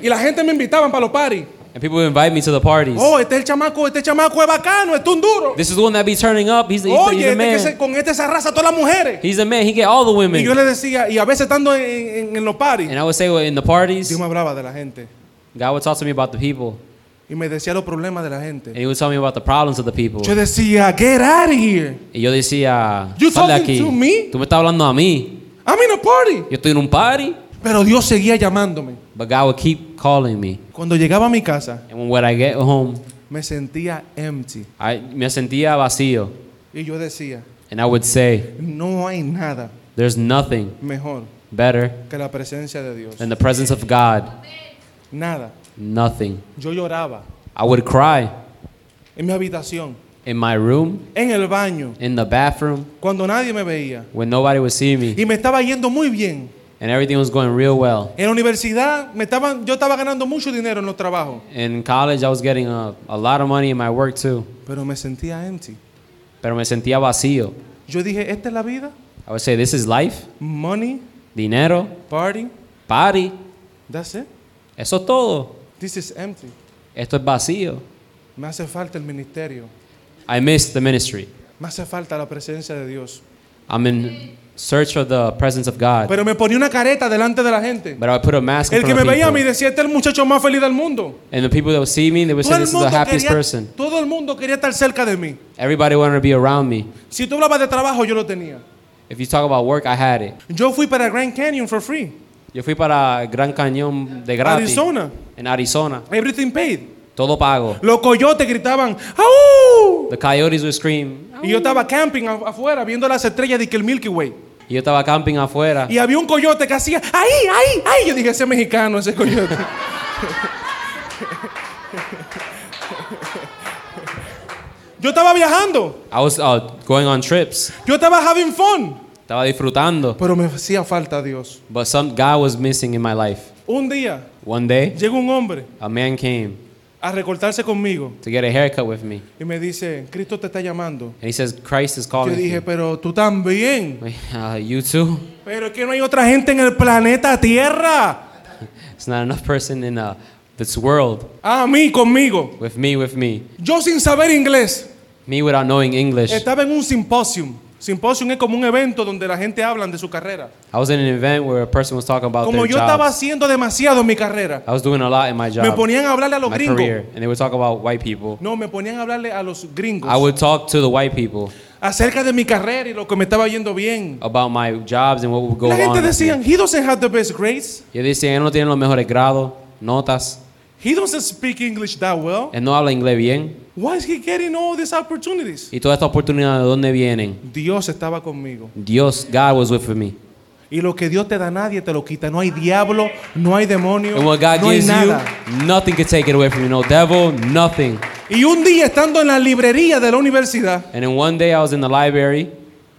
Speaker 1: Y la gente me invitaban para los paris.
Speaker 2: and people would invite me to the parties.
Speaker 1: Oh, este es el chamaco, este chamaco es bacano, este es un duro.
Speaker 2: This is the one that be turning up. He's the, he's the, he's
Speaker 1: Oye,
Speaker 2: the
Speaker 1: este que se-
Speaker 2: man.
Speaker 1: con este se arrasa a todas las mujeres.
Speaker 2: He's the man. He get all the
Speaker 1: Y yo
Speaker 2: women.
Speaker 1: le decía, y a veces estando en, en- en los paris,
Speaker 2: And I would say well, in the parties,
Speaker 1: Dios me hablaba de la gente
Speaker 2: God would talk to me about the people.
Speaker 1: y me decía los problemas de la
Speaker 2: And
Speaker 1: gente.
Speaker 2: he would tell me about the problems of the people.
Speaker 1: Yo decía, get out of here.
Speaker 2: Y yo decía,
Speaker 1: You
Speaker 2: "Sal de
Speaker 1: talking
Speaker 2: aquí.
Speaker 1: to me?
Speaker 2: Tú me estás hablando a mí.
Speaker 1: I'm in a party.
Speaker 2: Yo estoy en un party,
Speaker 1: Pero Dios seguía llamándome.
Speaker 2: but God would keep calling me.
Speaker 1: Cuando llegaba a mi casa,
Speaker 2: And when I get home,
Speaker 1: me sentía empty.
Speaker 2: I, me sentía vacío.
Speaker 1: Y yo decía,
Speaker 2: And I would say,
Speaker 1: no hay nada
Speaker 2: there's nothing
Speaker 1: mejor
Speaker 2: better
Speaker 1: que la presencia de Dios.
Speaker 2: than the presence of God.
Speaker 1: Nada.
Speaker 2: Nothing.
Speaker 1: Yo lloraba
Speaker 2: I would cry
Speaker 1: en mi habitación,
Speaker 2: in my room,
Speaker 1: en el baño,
Speaker 2: in the bathroom,
Speaker 1: cuando nadie me veía.
Speaker 2: when nobody would see me.
Speaker 1: Y me estaba yendo muy bien.
Speaker 2: And everything was going real well.
Speaker 1: En la universidad me estaban, yo estaba ganando mucho dinero en los trabajos,
Speaker 2: In college, I was getting a, a lot of money in my work too.
Speaker 1: pero me sentía empty.
Speaker 2: Pero me sentía vacío.
Speaker 1: Yo dije, ¿esta es la vida?
Speaker 2: I would say, this is life,
Speaker 1: Money,
Speaker 2: dinero,
Speaker 1: party,
Speaker 2: party.
Speaker 1: that's it.
Speaker 2: Eso es todo.
Speaker 1: This is empty.
Speaker 2: Esto es vacío.
Speaker 1: Me hace falta el ministerio.
Speaker 2: I miss the ministry.
Speaker 1: Me hace falta la presencia de Dios.
Speaker 2: I'm in search of the presence of God.
Speaker 1: Pero me ponía una careta delante de la gente.
Speaker 2: But I would put a mask in
Speaker 1: El que me
Speaker 2: front of
Speaker 1: veía a mí
Speaker 2: people.
Speaker 1: decía, este es el muchacho más feliz del mundo.
Speaker 2: And the people that would see me, they would
Speaker 1: Todo
Speaker 2: say,
Speaker 1: el,
Speaker 2: Pues this is the
Speaker 1: mundo
Speaker 2: happiest
Speaker 1: quería,
Speaker 2: person.
Speaker 1: todo el mundo quería estar cerca de mí.
Speaker 2: Everybody wanted to be around me.
Speaker 1: Si tú hablabas de trabajo, yo lo tenía.
Speaker 2: If you talk about work, I had it.
Speaker 1: Yo fui para Grand Canyon for free.
Speaker 2: Yo fui para Gran Cañón de gratis.
Speaker 1: Arizona.
Speaker 2: En Arizona.
Speaker 1: Everything paid.
Speaker 2: Todo pago.
Speaker 1: Los coyotes gritaban, ¡Au!
Speaker 2: The coyotes would scream.
Speaker 1: Y yo estaba camping af- afuera viendo las estrellas de que el Milky Way.
Speaker 2: Y yo estaba camping afuera.
Speaker 1: Y había un coyote que hacía, ¡ahí, ahí, ahí! Yo dije, ese es mexicano, ese coyote. yo estaba viajando,
Speaker 2: I was uh, going on trips.
Speaker 1: yo estaba having fun.
Speaker 2: Estaba disfrutando.
Speaker 1: Pero me hacía falta Dios.
Speaker 2: But some guy was missing in my life.
Speaker 1: Un día
Speaker 2: One day,
Speaker 1: llega un hombre
Speaker 2: a man came
Speaker 1: a recortarse conmigo
Speaker 2: to get a haircut with me.
Speaker 1: y me dice, Cristo te está llamando.
Speaker 2: And he says, Christ is
Speaker 1: Yo
Speaker 2: calling
Speaker 1: dije, pero tú también.
Speaker 2: you. Uh, you too?
Speaker 1: Pero es que no hay otra gente en el planeta Tierra.
Speaker 2: It's not enough person in uh, this world
Speaker 1: "Ah, A mí conmigo.
Speaker 2: with me, with me.
Speaker 1: Yo sin saber inglés
Speaker 2: Me without knowing English.
Speaker 1: estaba en un symposium. Symposium es como un evento donde la gente habla de su carrera.
Speaker 2: I was in an event where a person was talking about
Speaker 1: Como
Speaker 2: their
Speaker 1: yo
Speaker 2: job.
Speaker 1: estaba haciendo demasiado en mi carrera,
Speaker 2: I was doing a lot in my job,
Speaker 1: me ponían a hablarle a los
Speaker 2: my
Speaker 1: gringos.
Speaker 2: career, and they were talking about white people.
Speaker 1: No, me ponían a hablarle a los gringos
Speaker 2: I would talk to the white people
Speaker 1: acerca de mi carrera y lo que me estaba yendo bien.
Speaker 2: about my jobs and what would go
Speaker 1: La gente
Speaker 2: on. with me.
Speaker 1: decían, he doesn't have the best grades.
Speaker 2: Y decían, "Él no tiene los mejores grados, notas,
Speaker 1: He doesn't speak English that well.
Speaker 2: él no habla inglés bien.
Speaker 1: Why is he getting all these opportunities?
Speaker 2: Y todas estas oportunidades, ¿de dónde vienen?
Speaker 1: Dios estaba conmigo.
Speaker 2: Dios, God was with me.
Speaker 1: Y lo que Dios te da nadie te lo quita. No hay diablo, no hay demonio,
Speaker 2: And what God
Speaker 1: no hay
Speaker 2: gives
Speaker 1: nada.
Speaker 2: you, nothing can take it away from you. No devil, nothing.
Speaker 1: Y un día estando en la librería de la universidad,
Speaker 2: And then one day I was in the library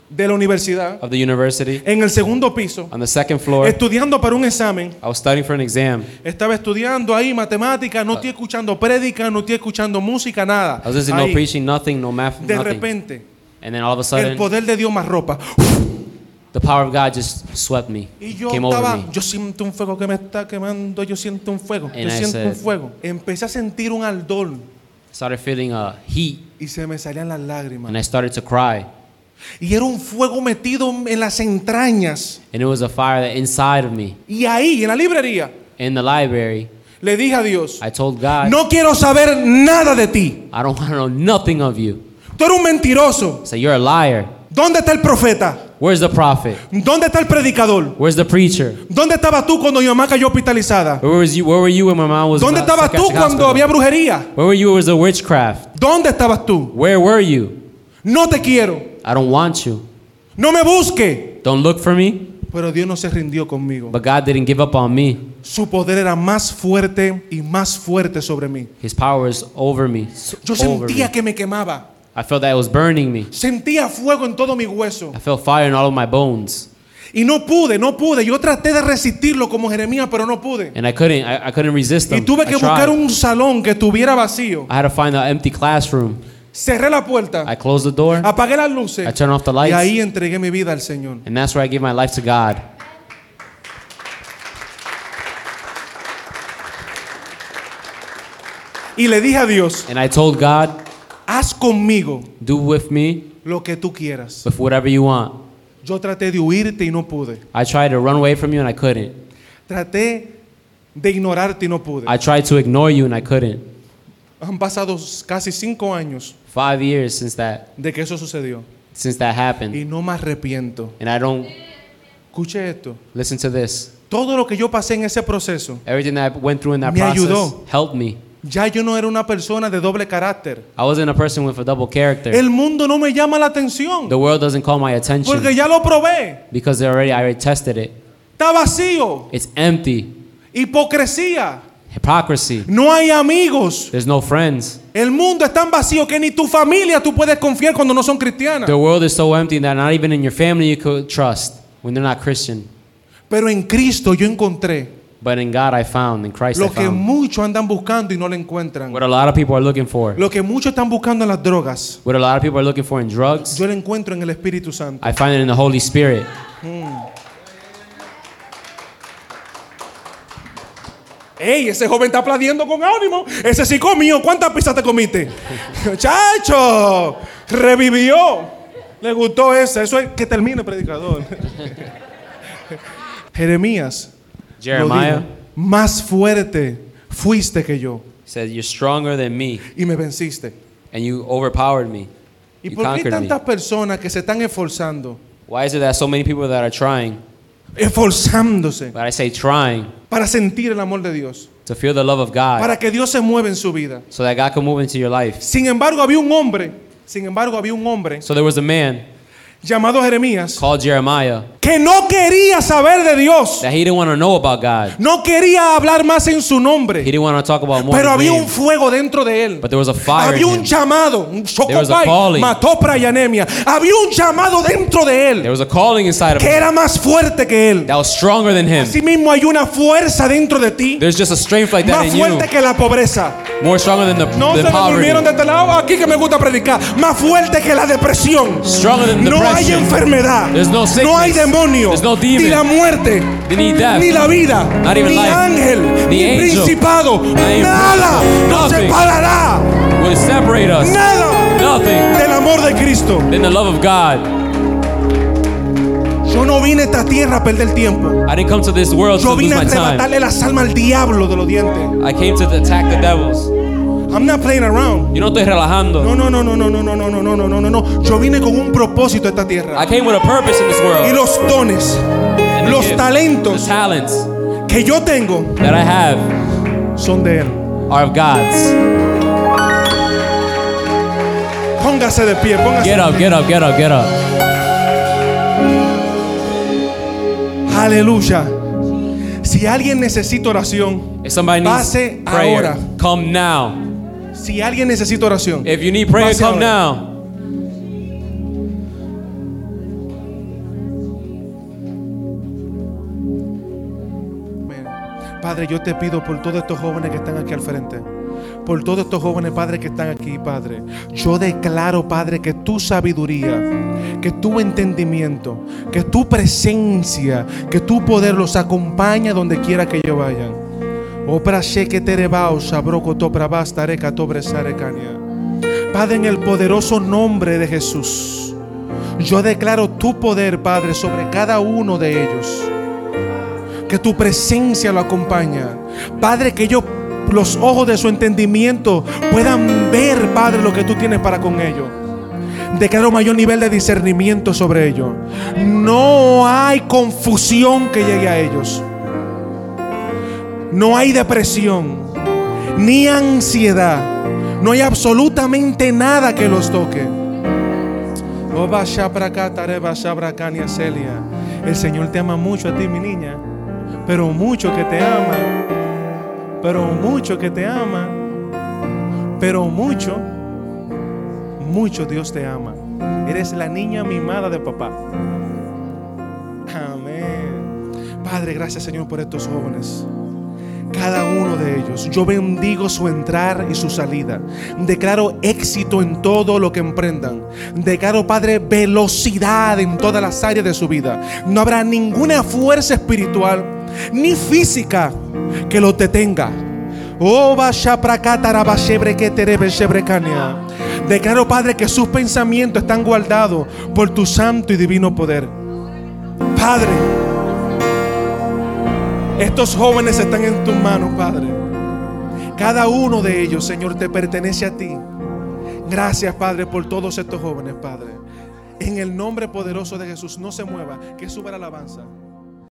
Speaker 1: de la universidad,
Speaker 2: of the university
Speaker 1: en el segundo piso,
Speaker 2: on the second floor.
Speaker 1: estudiando para un examen,
Speaker 2: I was studying for an exam.
Speaker 1: estaba estudiando ahí matemáticas, no estoy escuchando prédica, no estoy escuchando música, nada.
Speaker 2: I was listening
Speaker 1: Ahí,
Speaker 2: no preaching, nothing, no math,
Speaker 1: de
Speaker 2: nothing.
Speaker 1: repente,
Speaker 2: And then all of a
Speaker 1: el
Speaker 2: sudden,
Speaker 1: poder de Dios más ropa.
Speaker 2: the power of God just swept me,
Speaker 1: Y yo
Speaker 2: came over
Speaker 1: estaba,
Speaker 2: me.
Speaker 1: yo siento un fuego que me está quemando, yo siento un fuego,
Speaker 2: And
Speaker 1: yo
Speaker 2: I
Speaker 1: siento un
Speaker 2: said-
Speaker 1: fuego. Empecé a sentir un aldol
Speaker 2: Started feeling a heat,
Speaker 1: y se me salían las lágrimas.
Speaker 2: and I started to cry.
Speaker 1: Y era un fuego metido en las entrañas.
Speaker 2: And it was a fire that inside of me.
Speaker 1: Y ahí, en la librería,
Speaker 2: In the library,
Speaker 1: le dije a Dios,
Speaker 2: I told God,
Speaker 1: No quiero saber nada de ti.
Speaker 2: I don't want to know nothing of you.
Speaker 1: Tú eres un mentiroso.
Speaker 2: I said, You're a liar.
Speaker 1: ¿Dónde está el profeta?
Speaker 2: Where's the prophet?
Speaker 1: ¿Dónde está el predicador?
Speaker 2: Where's the preacher?
Speaker 1: ¿Dónde estabas tú cuando mi mamá cayó hospitalizada?
Speaker 2: Where was you? Where were you when my mom was? in
Speaker 1: ¿Dónde
Speaker 2: the
Speaker 1: estabas tú
Speaker 2: psychiatric
Speaker 1: cuando
Speaker 2: hospital?
Speaker 1: había brujería?
Speaker 2: Where were you? when was the witchcraft?
Speaker 1: ¿Dónde estabas tú?
Speaker 2: Where were you?
Speaker 1: No te quiero.
Speaker 2: I don't want you.
Speaker 1: No me busque.
Speaker 2: Don't look for me.
Speaker 1: Pero Dios no se rindió conmigo.
Speaker 2: But God didn't give up on me.
Speaker 1: Su poder era más fuerte y más fuerte sobre mí.
Speaker 2: His power is over me. s-
Speaker 1: Yo
Speaker 2: over me.
Speaker 1: sentía que me quemaba.
Speaker 2: I felt that it was burning me.
Speaker 1: Sentía fuego en todo mi hueso.
Speaker 2: I felt fire in all of my bones,
Speaker 1: Y no pude, no pude. Yo traté de resistirlo como Jeremías, pero no pude.
Speaker 2: and I couldn't. I, I couldn't resist them.
Speaker 1: Y tuve
Speaker 2: I,
Speaker 1: que
Speaker 2: tried.
Speaker 1: buscar un salón que estuviera vacío.
Speaker 2: I had to find an empty classroom.
Speaker 1: Cerré la puerta,
Speaker 2: I closed the door,
Speaker 1: apagué las luces
Speaker 2: I turned off the
Speaker 1: y
Speaker 2: lights.
Speaker 1: ahí entregué mi vida al Señor.
Speaker 2: and that's where I gave my life to God.
Speaker 1: Y le dije a Dios,
Speaker 2: And I told God,
Speaker 1: haz conmigo
Speaker 2: "Do with me
Speaker 1: lo que tú quieras.
Speaker 2: with whatever you want."
Speaker 1: Yo traté de huirte y no pude.
Speaker 2: I tried to run away from you, and I couldn't.
Speaker 1: Traté de ignorarte y no pude.
Speaker 2: I tried to ignore you, and I couldn't.
Speaker 1: Han pasado casi cinco años
Speaker 2: Five years since that
Speaker 1: de que eso sucedió
Speaker 2: since that happened,
Speaker 1: y no me arrepiento.
Speaker 2: and I don't
Speaker 1: Escuche esto.
Speaker 2: Listen to this.
Speaker 1: Todo lo que yo pasé en ese proceso,
Speaker 2: Everything that I went through in that
Speaker 1: Me
Speaker 2: process
Speaker 1: ayudó.
Speaker 2: helped me.
Speaker 1: ya yo no era una persona de doble carácter.
Speaker 2: I wasn't a person with a double character.
Speaker 1: El mundo no me llama la atención
Speaker 2: the world doesn't call my attention
Speaker 1: porque ya lo probé.
Speaker 2: because they already I already tested it.
Speaker 1: Está vacío.
Speaker 2: It's empty.
Speaker 1: Hipocresía.
Speaker 2: Hypocrisy.
Speaker 1: No hay amigos.
Speaker 2: There's no friends.
Speaker 1: El mundo es tan vacío que ni tu familia tú puedes confiar cuando no son cristianas.
Speaker 2: The world is so empty that not even in your family you could trust when they're not Christian.
Speaker 1: Pero en Cristo yo encontré
Speaker 2: But in God I found, in Christ I
Speaker 1: lo que
Speaker 2: found,
Speaker 1: muchos andan buscando y no lo encuentran.
Speaker 2: what a lot of people are looking for.
Speaker 1: Lo que muchos están buscando en las drogas,
Speaker 2: What a lot of people are looking for in drugs,
Speaker 1: yo lo encuentro en el Espíritu Santo.
Speaker 2: I find it in the Holy Spirit.
Speaker 1: ¡Ey! Ese joven está aplaudiendo con ánimo. Ese sí comió. ¿Cuántas pizzas te comiste? ¡Chacho! Revivió. Le gustó esa. Eso es que termine, predicador. Jeremías. lo
Speaker 2: Jeremiah
Speaker 1: dijo, Más fuerte fuiste que yo.
Speaker 2: said, You're stronger than me,
Speaker 1: Y me venciste.
Speaker 2: and you overpowered me.
Speaker 1: ¿Y
Speaker 2: You
Speaker 1: por qué
Speaker 2: conquered me.
Speaker 1: tantas personas que se están esforzando?
Speaker 2: Why is it that so many people that are trying,
Speaker 1: Esforzándose
Speaker 2: but I say trying,
Speaker 1: para sentir el amor de Dios.
Speaker 2: to feel the love of God
Speaker 1: Para que Dios se mueva en su vida.
Speaker 2: so that God can move into your life?
Speaker 1: Sin embargo, había un hombre, sin embargo, había un hombre
Speaker 2: So there was a man
Speaker 1: llamado Jeremías
Speaker 2: called Jeremiah
Speaker 1: que no quería saber de Dios,
Speaker 2: that he didn't want to know about God.
Speaker 1: no quería hablar más en su
Speaker 2: He
Speaker 1: nombre,
Speaker 2: didn't want to talk about more.
Speaker 1: pero
Speaker 2: than
Speaker 1: había
Speaker 2: him.
Speaker 1: un fuego dentro de él.
Speaker 2: But there was a fire
Speaker 1: Había
Speaker 2: in
Speaker 1: un
Speaker 2: him.
Speaker 1: llamado, un
Speaker 2: was a
Speaker 1: chocopay,
Speaker 2: calling.
Speaker 1: mató y anemia. Había un llamado dentro de
Speaker 2: There
Speaker 1: él
Speaker 2: was a calling inside of
Speaker 1: que
Speaker 2: him
Speaker 1: era más fuerte que él.
Speaker 2: that was stronger than him.
Speaker 1: Asimismo hay una fuerza dentro de ti
Speaker 2: There's just a strength like that
Speaker 1: más
Speaker 2: in
Speaker 1: fuerte
Speaker 2: you,
Speaker 1: que la pobreza.
Speaker 2: more stronger than the
Speaker 1: No se
Speaker 2: than
Speaker 1: me durmieron de
Speaker 2: poverty.
Speaker 1: este lado, aquí que me gusta predicar. Más fuerte que la depresión.
Speaker 2: Stronger than
Speaker 1: no hay
Speaker 2: depression.
Speaker 1: enfermedad.
Speaker 2: There's no sickness.
Speaker 1: hay demonio.
Speaker 2: There's no demon.
Speaker 1: ni la muerte.
Speaker 2: Ni death.
Speaker 1: Ni la vida.
Speaker 2: Not even
Speaker 1: ni
Speaker 2: life.
Speaker 1: ángel.
Speaker 2: Ni
Speaker 1: Ni
Speaker 2: angel.
Speaker 1: principado.
Speaker 2: even-
Speaker 1: Nada nos
Speaker 2: Nothing.
Speaker 1: separará.
Speaker 2: Will separate us.
Speaker 1: Nada
Speaker 2: Nothing
Speaker 1: del amor de Cristo.
Speaker 2: than the love of God.
Speaker 1: Yo no vine a esta tierra a perder tiempo.
Speaker 2: I didn't come to this world to
Speaker 1: Yo
Speaker 2: lose
Speaker 1: vine a
Speaker 2: my time.
Speaker 1: arrebatarle las almas al diablo de los dientes.
Speaker 2: I came to attack the devils.
Speaker 1: I'm not playing around.
Speaker 2: Yo no estoy relajando.
Speaker 1: No, no, no, no, no, no, no, no, no, no, no, no, no. Yo vine con un propósito a esta tierra.
Speaker 2: I came with a purpose in this
Speaker 1: y
Speaker 2: world.
Speaker 1: los dones,
Speaker 2: and the
Speaker 1: los
Speaker 2: gifts, The
Speaker 1: talentos
Speaker 2: talents
Speaker 1: que yo tengo
Speaker 2: that I have
Speaker 1: son de Él.
Speaker 2: are of God's.
Speaker 1: Póngase de pie, póngase.
Speaker 2: Get
Speaker 1: de
Speaker 2: up,
Speaker 1: pie.
Speaker 2: get up, get up, get up.
Speaker 1: Aleluya. Si alguien necesita oración,
Speaker 2: If somebody needs
Speaker 1: Pase
Speaker 2: prayer,
Speaker 1: ahora.
Speaker 2: come now.
Speaker 1: si alguien necesita oración,
Speaker 2: If you need prayer,
Speaker 1: Pase
Speaker 2: come
Speaker 1: ahora.
Speaker 2: now.
Speaker 1: amén. Padre, yo te pido por todos estos jóvenes que están aquí al frente. Por todos estos jóvenes, Padre, que están aquí, Padre. Yo declaro, Padre, que tu sabiduría, que tu entendimiento, que tu presencia, que tu poder los acompaña donde quiera que ellos vayan. Opra que terebao sabroco toprabasta reca sarecania. Padre, en el poderoso nombre de Jesús, yo declaro tu poder, Padre, sobre cada uno de ellos. Que tu presencia lo acompaña. Padre, que ellos, los ojos de su entendimiento, puedan ver, Padre, lo que tú tienes para con ellos. Declaro mayor nivel de discernimiento sobre ellos. No hay confusión que llegue a ellos. No hay depresión, ni ansiedad. No hay absolutamente nada que los toque. Oh, Oba shabraka tareba shabrakania celia. El Señor te ama mucho a ti, mi niña. Pero mucho que te ama. Pero mucho que te ama. Pero mucho, mucho Dios te ama. Eres la niña mimada de papá. Amén. Padre, gracias Señor por estos jóvenes cada uno de ellos. Yo bendigo su entrar y su salida. Declaro éxito en todo lo que emprendan. Declaro, Padre, velocidad en todas las áreas de su vida. No habrá ninguna fuerza espiritual ni física que lo detenga. Oh, vaya pra acá, taraba, shebre, que terebe, shebre, canea. Declaro, Padre, que sus pensamientos están guardados por tu santo y divino poder. Padre. Estos jóvenes están en tus manos, Padre. Cada uno de ellos, Señor, te pertenece a ti. Gracias, Padre, por todos estos jóvenes, Padre. En el nombre poderoso de Jesús, no se mueva, que suba la alabanza.